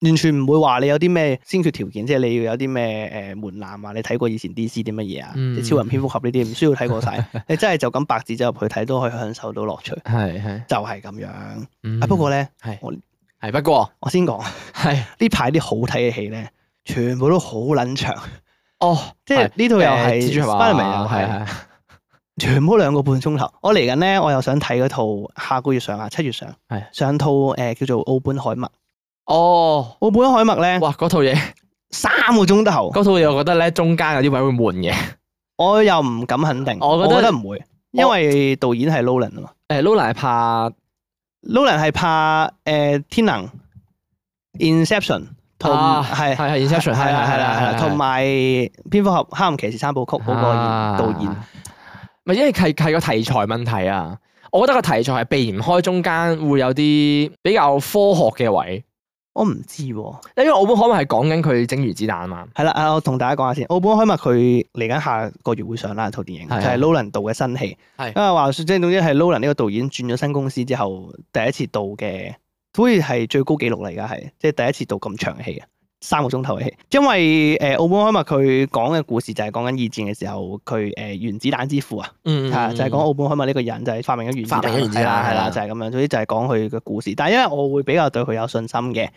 S2: 完全唔會話你有啲咩先決條件，即係你要有啲咩誒門檻啊？你睇過以前 DC 啲乜嘢啊？
S1: 嗯
S2: 即係超人蝙蝠俠呢啲唔需要睇過 晒，你真係就咁白紙走入去睇都可以享受到樂趣，
S1: 係係
S2: 就係咁樣。啊，
S1: 嗯
S2: 不過咧，
S1: 係
S2: 我
S1: 係不過
S2: 我先講。
S1: 係
S2: 呢排啲好睇嘅戲咧，全部都好撚長，
S1: 哦，
S2: 即係呢套又
S1: 誒
S2: 係
S1: 蜘蛛俠啊
S2: Spiderman 又係，
S1: 係係
S2: 全部兩個半鐘頭。我嚟緊咧，我又想睇嗰套下個月上啊，七月上，
S1: 係
S2: 上套誒、呃叫做《奧本海默》。
S1: 哦，
S2: 奧本海默咧
S1: 哇嗰套 嘢
S2: 三個鐘頭，
S1: 嗰套嘢我覺得咧中間有啲位會悶嘅，
S2: 我又唔敢肯定，
S1: 我
S2: 我
S1: 覺得
S2: 覺得唔會，因為導演係 Nolan 啊嘛
S1: 誒 Lola 係怕。
S2: ，Nolan 係怕誒、呃天能、Inception 同
S1: 啊
S2: 係。
S1: 係係 Inception 係
S2: 係啦
S1: 啦
S2: 係啦係啦，同埋蝙蝠俠、黑暗騎士三部曲嗰個演導演，
S1: 啊咪因為係係個題材問題啊！我覺得個題材係避唔開中間會有啲比較科學嘅位，
S2: 我唔知喎。
S1: 因為奧本海默係講緊佢整原子彈嘛，
S2: 係啦，啊，我同大家講下先，《奧本海默》佢嚟緊下個月會上啦，套電影就
S1: 係
S2: 係 Nolan 導嘅新戲。
S1: 係
S2: 因為話説，即係總之係 Nolan 呢個導演轉咗新公司之後，第一次導嘅，好似係最高紀錄嚟㗎，係即係第一次導咁長嘅戲啊，三個鐘頭嘅戲。因為誒、呃《奧本海默》佢講嘅故事就係講緊二戰嘅時候，佢誒、呃原子彈之父啊。
S1: 嗯
S2: 係啊就係講奧本海默呢個人就係發明咗原子
S1: 發
S2: 彈，啊
S1: 明咗原子彈
S2: 係啦係
S1: 係啦
S2: 啦，就係咁樣。總之就係講佢嘅故事。但係因為我會比較對佢有信心嘅，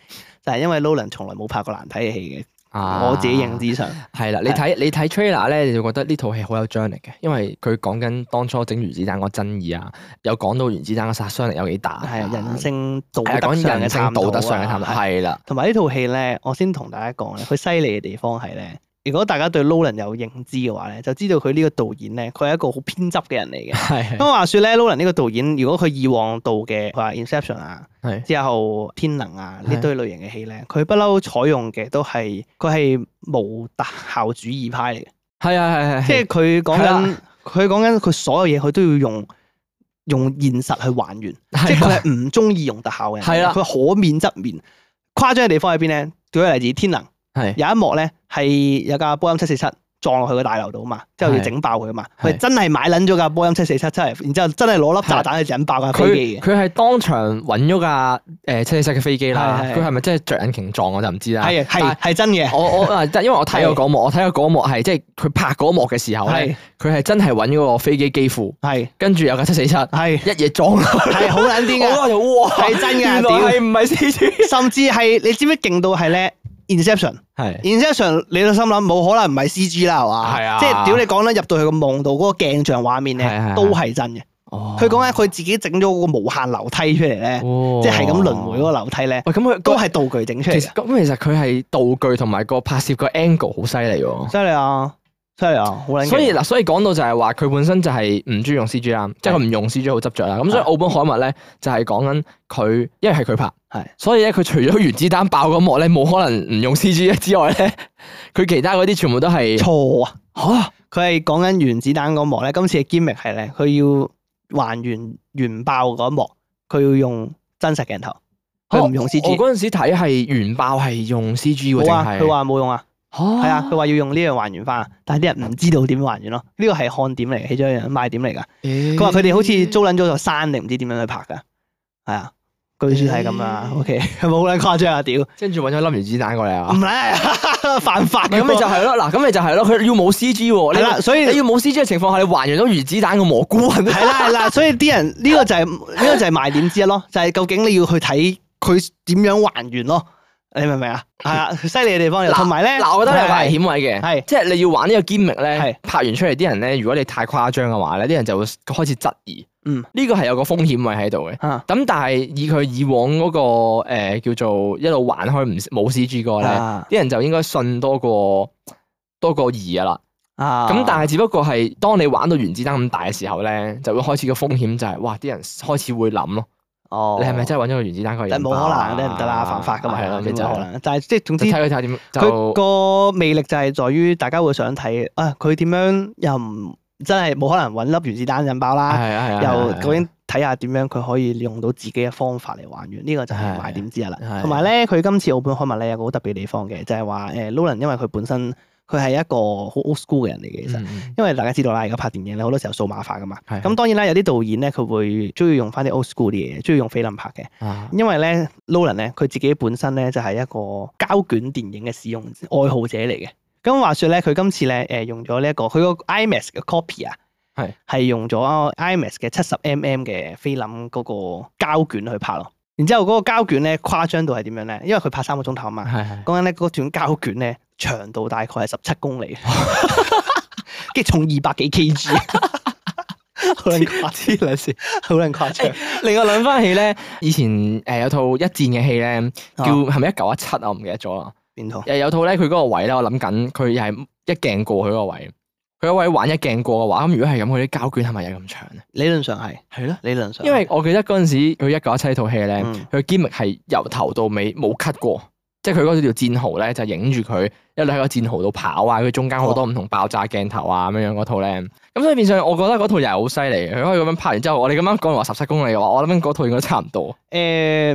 S2: 就係因為 Nolan 從來冇拍過難睇嘅戲嘅，我自己認知上。
S1: 啊係啦。你睇你睇 trailer 咧，你就覺得呢套戲好有張力嘅，因為佢講緊當初整原子彈個爭議啊，有講到原子彈嘅殺傷力有幾大，啊
S2: 係啊人性道
S1: 係啊
S2: 德
S1: 講
S2: 上嘅
S1: 人性
S2: 探
S1: 道德上嘅
S2: 討
S1: 探討，
S2: 啊係
S1: 係啦，
S2: 同埋呢套戲咧，我先同大家講咧，佢犀利嘅地方係咧，如果大家對 Nolan 有認知嘅話咧，就知道佢呢個導演咧，佢係一個好偏執嘅人嚟嘅。
S1: 係啊
S2: 咁話説咧，Nolan 呢個導演，如果佢以往導嘅，佢話 Inception 啊
S1: 係，
S2: 之後天能啊
S1: 係
S2: 呢堆類型嘅戲咧，佢不嬲採用嘅都係佢係無特效主義派嚟嘅，
S1: 係啊係係，
S2: 即係佢講
S1: 係
S2: 緊
S1: 啦
S2: 佢講緊佢所有嘢，佢都要用用現實去還原。即
S1: 係啦
S2: 係佢係唔中意用特效嘅人嚟嘅，
S1: 係啦
S2: 佢可面則面。誇張嘅地方喺邊咧？舉個例子，天能
S1: 係
S2: 有一幕咧係有架波音七四七撞落去個大樓度啊嘛，之後要整爆佢嘛，
S1: 係
S2: 佢真係買撚咗架波音七四七出嚟，然之後真係攞粒炸彈去引爆架啊飛機
S1: 佢
S2: 嘅。
S1: 佢係當場揾咗架誒七四七嘅飛機啦，
S2: 係係
S1: 佢係咪真係着引擎撞我就唔知啦。
S2: 係係
S1: 啊但
S2: 係真嘅，
S1: 我我啊，因為我睇過嗰幕，我睇過嗰幕係即係佢拍嗰幕嘅時候咧
S2: 係，
S1: 佢係真係揾嗰個飛機機庫，
S2: 係
S1: 跟住有架七四七一
S2: 係
S1: 嘢撞落去，
S2: 係好撚癲 㗎，
S1: 我就哇，
S2: 係真㗎
S1: 原來
S2: 屌
S1: 係唔係四 G？
S2: 甚至係你知唔知勁到係咧？Inception。
S1: 係
S2: Inception，你都心諗冇可能唔係 C G 啦，係嘛？
S1: 係啊
S2: 即係屌你講啦，入到去個夢度嗰個鏡像畫面
S1: 係係
S2: 咧
S1: 係，
S2: 都係真嘅。
S1: 哦
S2: 佢講緊佢自己整咗個無限樓梯出嚟咧，即係咁輪迴嗰個。樓梯咧，
S1: 哦喂，咁佢
S2: 都係道具整出嚟
S1: 其實
S2: 嘅。
S1: 咁，其實佢係道具同埋個拍攝個 angle 好犀利喎。
S2: 犀利啊，犀利啊，好撚勁
S1: 所以嗱，所以講到就係話佢本身就係唔中意用 C G 啦，即係佢唔用 C G 好執着啦。咁所以
S2: 係
S1: 奧本海默咧就係講緊佢，因為係佢拍，
S2: 係
S1: 所以咧佢除咗原子彈爆嗰幕咧冇可能唔用 C G 之外咧， 佢其他嗰啲全部都係
S2: 錯啊！
S1: 嚇
S2: 佢係講緊原子彈嗰幕咧，今次嘅 gimmick 係咧，佢要還原原爆嗰一幕，佢要用真實鏡頭，佢唔用 C
S1: 哦我
S2: G。
S1: 嗰陣時睇係原爆係用 C G 喎，
S2: 冇啊，
S1: 淨係
S2: 佢話冇用啊。
S1: 嚇
S2: 係啊，佢話要用呢樣還原翻，但係啲人唔知道點還原咯。呢個係看點嚟嘅，其中一樣賣點嚟㗎。佢
S1: 佢
S2: 話佢哋好似租撚咗座山定唔知點樣去拍㗎，係啊，據說係咁啊。
S1: 咦
S2: OK，係咪好撚誇張啊？屌，唔
S1: 跟住揾咗粒原子彈過嚟嗯啊！
S2: 撚 犯法
S1: 咁
S2: 咁
S1: 咪就係咯，嗱，咁咪就係咯，佢要冇 C G 喎，
S2: 係啦，
S1: 你
S2: 所以
S1: 你要冇 C G 嘅情況下，你還原到原子彈個蘑菇啊！
S2: 係啦係啦，所以啲人呢個就係呢個就係賣點之一咯，就係究竟你要去睇佢點樣還原咯，你明唔明啊？係啊，犀利嘅地方就
S1: 嗱
S2: 同埋咧，
S1: 嗱，我覺得係
S2: 係
S1: 危險位嘅，
S2: 係
S1: 即係你要玩呢個 g 力
S2: 係
S1: 咧，拍完出嚟啲人咧，如果你太誇張嘅話咧，啲人就會開始質疑。
S2: 嗯
S1: 呢個係有個風險位喺度嘅。
S2: 啊
S1: 咁但係以佢以往嗰、個、呃、叫做一路玩開唔冇 CG 嗰個咧，
S2: 啊
S1: 啲人就應該信多過多過疑噶啦。
S2: 啊，
S1: 咁但係只不過係當你玩到原子彈咁大嘅時候咧，就會開始個風險就係、哇啲人開始會諗咯，
S2: 哦，
S1: 你係咪真係揾咗個原子彈佢？
S2: 但冇可能咧，唔得啦，犯法噶嘛，
S1: 啊係啦，
S2: 咁
S1: 你就
S2: 冇可能。但係即係總
S1: 就
S2: 之
S1: 睇。佢睇下點
S2: 佢
S1: 就。
S2: 個魅力就係在於大家會想睇啊，佢點樣又唔真係冇可能揾粒原子彈引爆啦，
S1: 係啊係啊，
S2: 又究
S1: 竟
S2: 竟睇下點樣佢可以用到自己嘅方法嚟還原，呢、個就係賣點之一啦
S1: 係。
S2: 同埋咧，佢今次奧本海默咧有個好特別嘅地方嘅，就係話誒 Nolan 因為佢本身佢係一個好 old school 嘅人嚟嘅，其實。因為大家知道啦，而家拍電影咧好多時候數碼化噶嘛，
S1: 嗯係
S2: 咁當然啦，有啲導演咧佢會中意用翻啲 old school 啲嘢，中意用菲林拍嘅，
S1: 啊
S2: 因為咧 Nolan 咧佢自己本身咧就係一個膠卷電影嘅使用愛好者嚟嘅。咁話說咧，佢今次咧誒用咗呢一個佢個 IMAX 嘅 copy 啊，
S1: 係
S2: 係用咗啊 IMAX 嘅七十 mm 嘅菲林嗰個膠卷去拍咯。然之後嗰個膠卷咧誇張到係點樣咧？因為佢拍三個鐘頭啊嘛，
S1: 係係
S2: 講緊咧嗰段膠卷咧長度大概係十七公里，跟住重二百幾 kg，好撚誇張，好撚誇張。
S1: 令我諗翻起咧，以前誒有套一戰嘅戲咧，叫係咪一九一七啊？我唔記得咗啦。
S2: 邊套？
S1: 又有套咧，佢嗰個位咧，我諗緊佢又係一鏡過佢嗰個位，佢嗰位玩一鏡過嘅話，咁如果係咁，佢啲膠卷係咪有咁長咧？
S2: 理論上係，
S1: 係咯，
S2: 理論上係。
S1: 因為我記得嗰陣時佢一九一七呢套戲咧，
S2: 嗯
S1: 佢堅力係由頭到尾冇 cut 過，即係佢嗰條戰壕咧就影住佢一路喺個戰壕度跑啊，佢中間好多唔同爆炸鏡頭啊咁樣樣嗰套咧，咁所以變相我覺得嗰套又係好犀利嘅，佢可以咁樣拍完之後，我哋咁啱講話十七公里嘅話，我諗嗰套應該差唔多。呃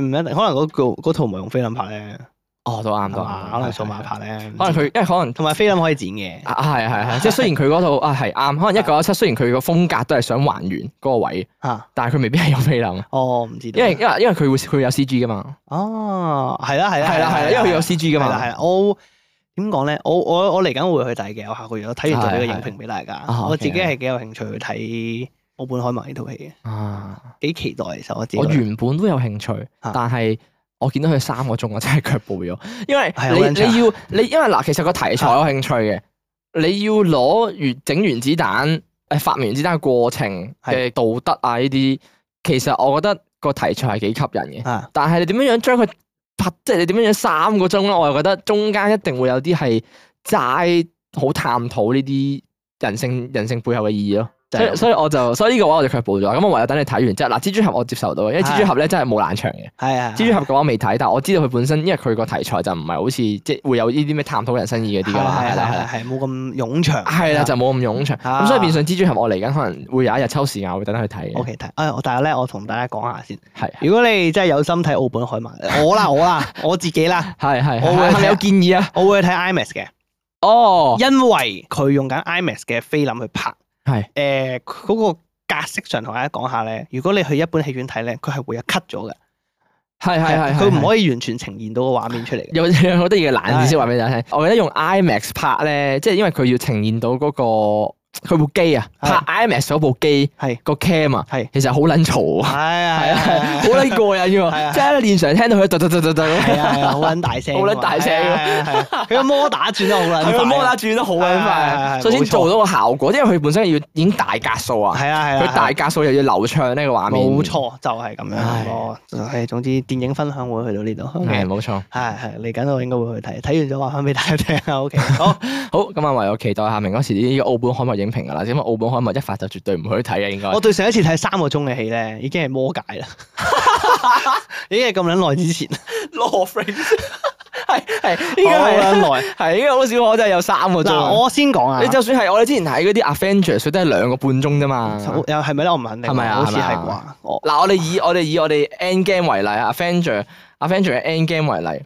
S2: 誒唔一定，可能嗰個嗰套唔係用菲林拍咧，
S1: 哦，都啱，
S2: 係
S1: 都
S2: 嘛？
S1: 啱，
S2: 可能數碼
S1: 係，
S2: 拍咧，
S1: 可能佢因為可能。
S2: 同埋菲林可以剪嘅，
S1: 啊，係係係，即係雖然佢嗰套啊係啱， 可能一九一七雖然佢個風格都係想還原嗰個位，
S2: 嚇
S1: 但係佢未必係有菲林，
S2: 哦唔知道，
S1: 因為因為因為佢會佢有 C G 噶嘛，
S2: 哦係啦係啦
S1: 係啦係啦，因為佢有 C G 噶
S2: 係啦係
S1: 嘛，
S2: 啦，我點講咧？我我我嚟緊會去睇嘅，我下個月我睇完就俾個影評俾大家
S1: 係係。啊
S2: 我自己
S1: OK，
S2: 係幾有興趣去睇奧本海默呢套戲
S1: 啊，
S2: 嘅，幾期待其實我自己
S1: 我
S2: 覺得。
S1: 原本都有興趣，
S2: 啊
S1: 但係我見到佢三個鐘，我真係腳步咗，因為
S2: 係好撚
S1: 你
S2: 長
S1: 你要你因為嗱，其實個題材有興趣嘅，你要攞原整原子彈誒發明原子彈嘅過程嘅道德啊呢啲，其實我覺得個題材係幾吸引嘅。
S2: 啊
S1: 但係你點樣樣將佢拍，即係你點樣樣三個鐘咧？我又覺得中間一定會有啲係齋好探討呢啲人性人性背後嘅意義咯。
S2: 就
S1: 所以所
S2: 係
S1: 以我就所以呢個話我就卻步咗。咁我唯有等你睇完之後，嗱蜘蛛俠我接受到嘅，因為蜘蛛俠咧真係冇冷場嘅。
S2: 係啊，
S1: 蜘蛛俠嘅話我未睇，但我知道佢本身因為佢個題材就唔係好似即係會有呢啲咩探討人生意義嗰啲
S2: 係
S1: 噶嘛，係
S2: 啦係
S1: 啦係
S2: 啦係啦
S1: 啦。
S2: 係冇咁冗長。
S1: 係啦，就冇咁冗長，
S2: 啊
S1: 咁所以變相蜘蛛俠我嚟緊可能會有一日抽時間，我會等佢睇嘅。
S2: OK 睇。哎我但係咧，我同大家講下先。
S1: 係
S2: 如果你真係有心睇奧 本海默，我啦我啦我自己啦，
S1: 係係，
S2: 我會
S1: 係係咪有
S2: 睇
S1: 建議啊？
S2: 我會去睇 IMAX 嘅，
S1: 哦，
S2: 因為佢用緊 IMAX 嘅菲林去拍。
S1: 係
S2: 誒嗰個格式上同大家講下咧，如果你去一般戲院睇咧，佢係會有 cut 咗嘅，啊
S1: 係係係，
S2: 佢
S1: 係
S2: 唔可以完全呈現到個畫面出嚟嘅。
S1: 有有好得意嘅冷知識話俾大家聽，我記得用 IMAX 拍咧，即係因為佢要呈現到嗰、個佢部機啊，
S2: 係
S1: 拍 IMAX 嗰部機
S2: 係
S1: 個 cam 啊，
S2: 係
S1: 其實好撚嘈啊，
S2: 係啊
S1: 係啊，係啊好撚過癮
S2: 係啊
S1: 喎，即係連常聽到佢突突突突突
S2: 係
S1: 咁，
S2: 啊係啊，好撚大聲㗎嘛，
S1: 好撚大聲
S2: 係
S1: 㗎
S2: 啊係啊係啊佢個摩打轉得好撚快，
S1: 佢個摩打轉得好撚快
S2: 啊係係係
S1: 啊，
S2: 係
S1: 首先
S2: 冇錯
S1: 做到個效果，因為佢本身要已經大格數啊，
S2: 係啊係啊，
S1: 佢大格數又要流暢呢個畫面，
S2: 冇，錯就係咁樣
S1: 唉
S2: 咯。係總之電影分享會去到呢度，OK，
S1: 係
S2: 係
S1: 冇錯。
S2: 係嚟緊我應該會去睇，睇完咗話翻俾大家聽 啊。OK，好
S1: 好咁啊，唯有期待下明嗰時呢個澳本海默影評噶啦，因為澳本海默一發就絕對唔去睇啊嘅應該。
S2: 我對上一次睇三個鐘嘅戲咧，已經係魔界 啦，已經係咁撚耐之前，
S1: Law Frame 係係
S2: 好
S1: 應該係。
S2: 撚 耐。
S1: 係，因為好少我真係有三個鐘
S2: 嗱，
S1: 啊。
S2: 我先講啊，
S1: 你就算係我哋之前睇嗰啲 Avengers，佢都係兩個半鐘啫嘛。
S2: 啊又係咪咧？我唔肯定，
S1: 係啊咪啊
S2: 好似係
S1: 係咪
S2: 啩
S1: 啊？
S2: 我
S1: 嗱，我哋以我哋以我哋 End Game 為例啊，Avenger Avenger 嘅 End Game 為例。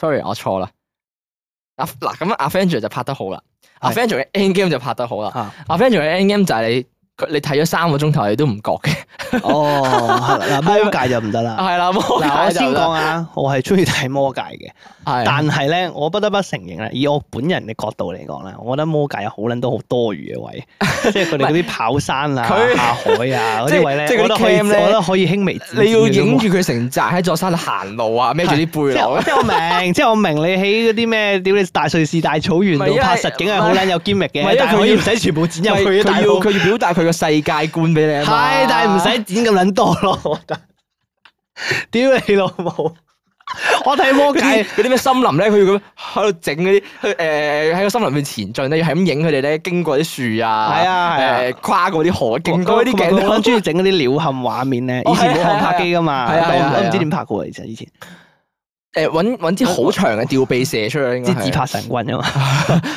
S1: Sorry，我錯啦。啊嗱，咁 Avenger 就拍得好啦
S2: 係
S1: ，Avenger 嘅 End Game 就拍得好啦
S2: 啊
S1: ，Avenger 嘅 End Game 就係你佢你睇咗三個鐘頭，你都唔覺 嘅。
S2: 哦，係啦，嗱魔界就唔得啦。
S1: 係啦， 魔戒
S2: 嗱，我先
S1: 就
S2: 講
S1: 啦，
S2: 啊，我係中意睇魔界嘅，
S1: 係啊
S2: 但係咧，我不得不承認咧，以我本人嘅角度嚟講咧，我覺得魔界有好撚多好多餘嘅位， 即係佢哋嗰啲跑山啊、
S1: 佢
S2: 下海啊嗰
S1: 即
S2: 啲
S1: 係
S2: 位咧，
S1: 即係
S2: 我
S1: 嗰啲
S2: 覺得可以，
S1: cam
S2: 我
S1: 咧
S2: 覺得可以輕微剪
S1: 你要
S2: 剪嘅啫
S1: 影
S2: 喎
S1: 住佢成扎喺座山度行路啊，孭住啲背
S2: 即係
S1: 囊
S2: 我
S1: 啊。
S2: 即係我 明，即係我明你喺嗰啲咩屌你大瑞士大草原
S1: 唔係因
S2: 度
S1: 為
S2: 拍實景係好撚有堅力
S1: 唔係
S2: 嘅，
S1: 因為
S2: 但係可以
S1: 佢要
S2: 唔使全部剪入
S1: 因
S2: 去
S1: 為
S2: 嘅，大
S1: 佢要
S2: 佬
S1: 佢要表達佢個世界觀俾你啊嘛。
S2: 係，但係唔使剪咁撚多咯，我覺得。屌你老母！我睇魔
S1: 嗰
S2: 界
S1: 啲咩森林咧，佢要咁喺度整嗰啲誒喺個森林入面前進咧，要係咁影佢哋咧經過啲樹啊，
S2: 係啊係啊
S1: 誒跨過啲河，啊勁多
S2: 嗰
S1: 呢啲
S2: 鏡
S1: 鏡
S2: 好
S1: 頭。
S2: 啊中意整嗰啲鳥瞰畫面咧，以前冇航拍機噶嘛，
S1: 係啊係啊係啊
S2: 我唔知點拍過喎，其實以前
S1: 誒揾揾呃支好長嘅吊臂射出去，應該
S2: 即
S1: 係
S2: 係自拍神棍啊嘛，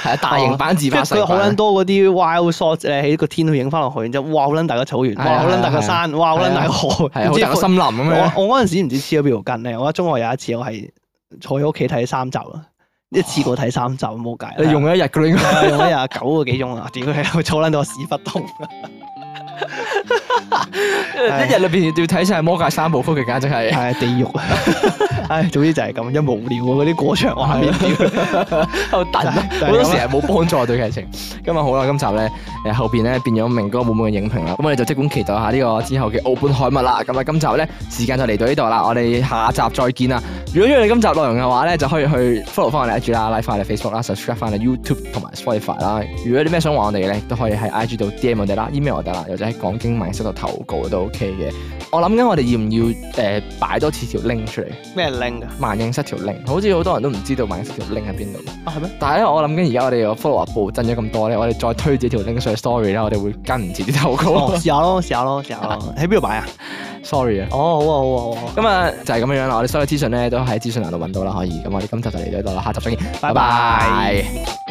S1: 係啊大型 版自
S2: 即
S1: 拍
S2: 係
S1: 神
S2: 佢
S1: 棍。啊
S2: 好撚多嗰啲 wild shot 咧喺個天度影翻落去，然之後哇好撚大個草原，
S1: 係
S2: 哇
S1: 啊
S2: 好撚大個山，哇好撚大個河，
S1: 係啊
S2: 唔
S1: 好
S2: 知
S1: 大個森林咁樣。
S2: 我我嗰陣時唔知黐咗邊條筋咧，我喺中學有一次我係坐喺屋企睇三集啊，一次過睇三集冇計。
S1: 你用咗一日㗎啦，應該
S2: 係啊 用咗廿九個幾鐘啊！屌你，我坐撚到我屎忽痛。
S1: 一日裏邊要睇晒《魔界三部曲》嘅，簡直係
S2: 係地獄 啊！唉，總之就係咁，一無聊啊！嗰啲過場畫面，
S1: 啊喺度等啊，
S2: 就係
S1: 好
S2: 就係咁啦
S1: 多時係冇幫助對劇情。今日好啦，今集咧誒後邊咧變咗明哥滿滿嘅影評啦，咁我哋就即管期待下呢個之後嘅澳本海默啦。咁啊，今集咧時間就嚟到呢度啦，我哋下集再見啦。如果中意我哋今集內容嘅話咧，就可以去 follow 翻我哋 IG 啦，like 翻我哋 Facebook 啦，subscribe 翻我哋 YouTube 同埋 Spotify 啦。如果有啲咩想話我哋嘅咧，都可以喺 IG 度 DM 我哋啦，email 我哋啦，或者喺講經萬應室度投稿都 OK 嘅。我諗緊我哋要唔要誒擺多次條 link 出嚟，
S2: 咩拎噶？
S1: 萬應室條 link，好似好多人都唔知道萬應室條 link 喺邊度。
S2: 啊係咩？
S1: 但係咧，我諗緊而家我哋個 follow up 暴增咗咁多咧，我哋再推自己條 link 上 story 咧，我哋會跟唔切啲投稿
S2: 哦，。試下咯，試下咯，試下咯。喺邊度買啊？
S1: Sorry 啊！
S2: 哦，好啊，好啊，好啊。
S1: 咁啊，就係咁樣樣啦。我哋所有資訊咧都喺資訊欄度揾到啦，可以。咁我哋今集就嚟到呢度啦，下集再見，拜
S2: 拜拜
S1: 拜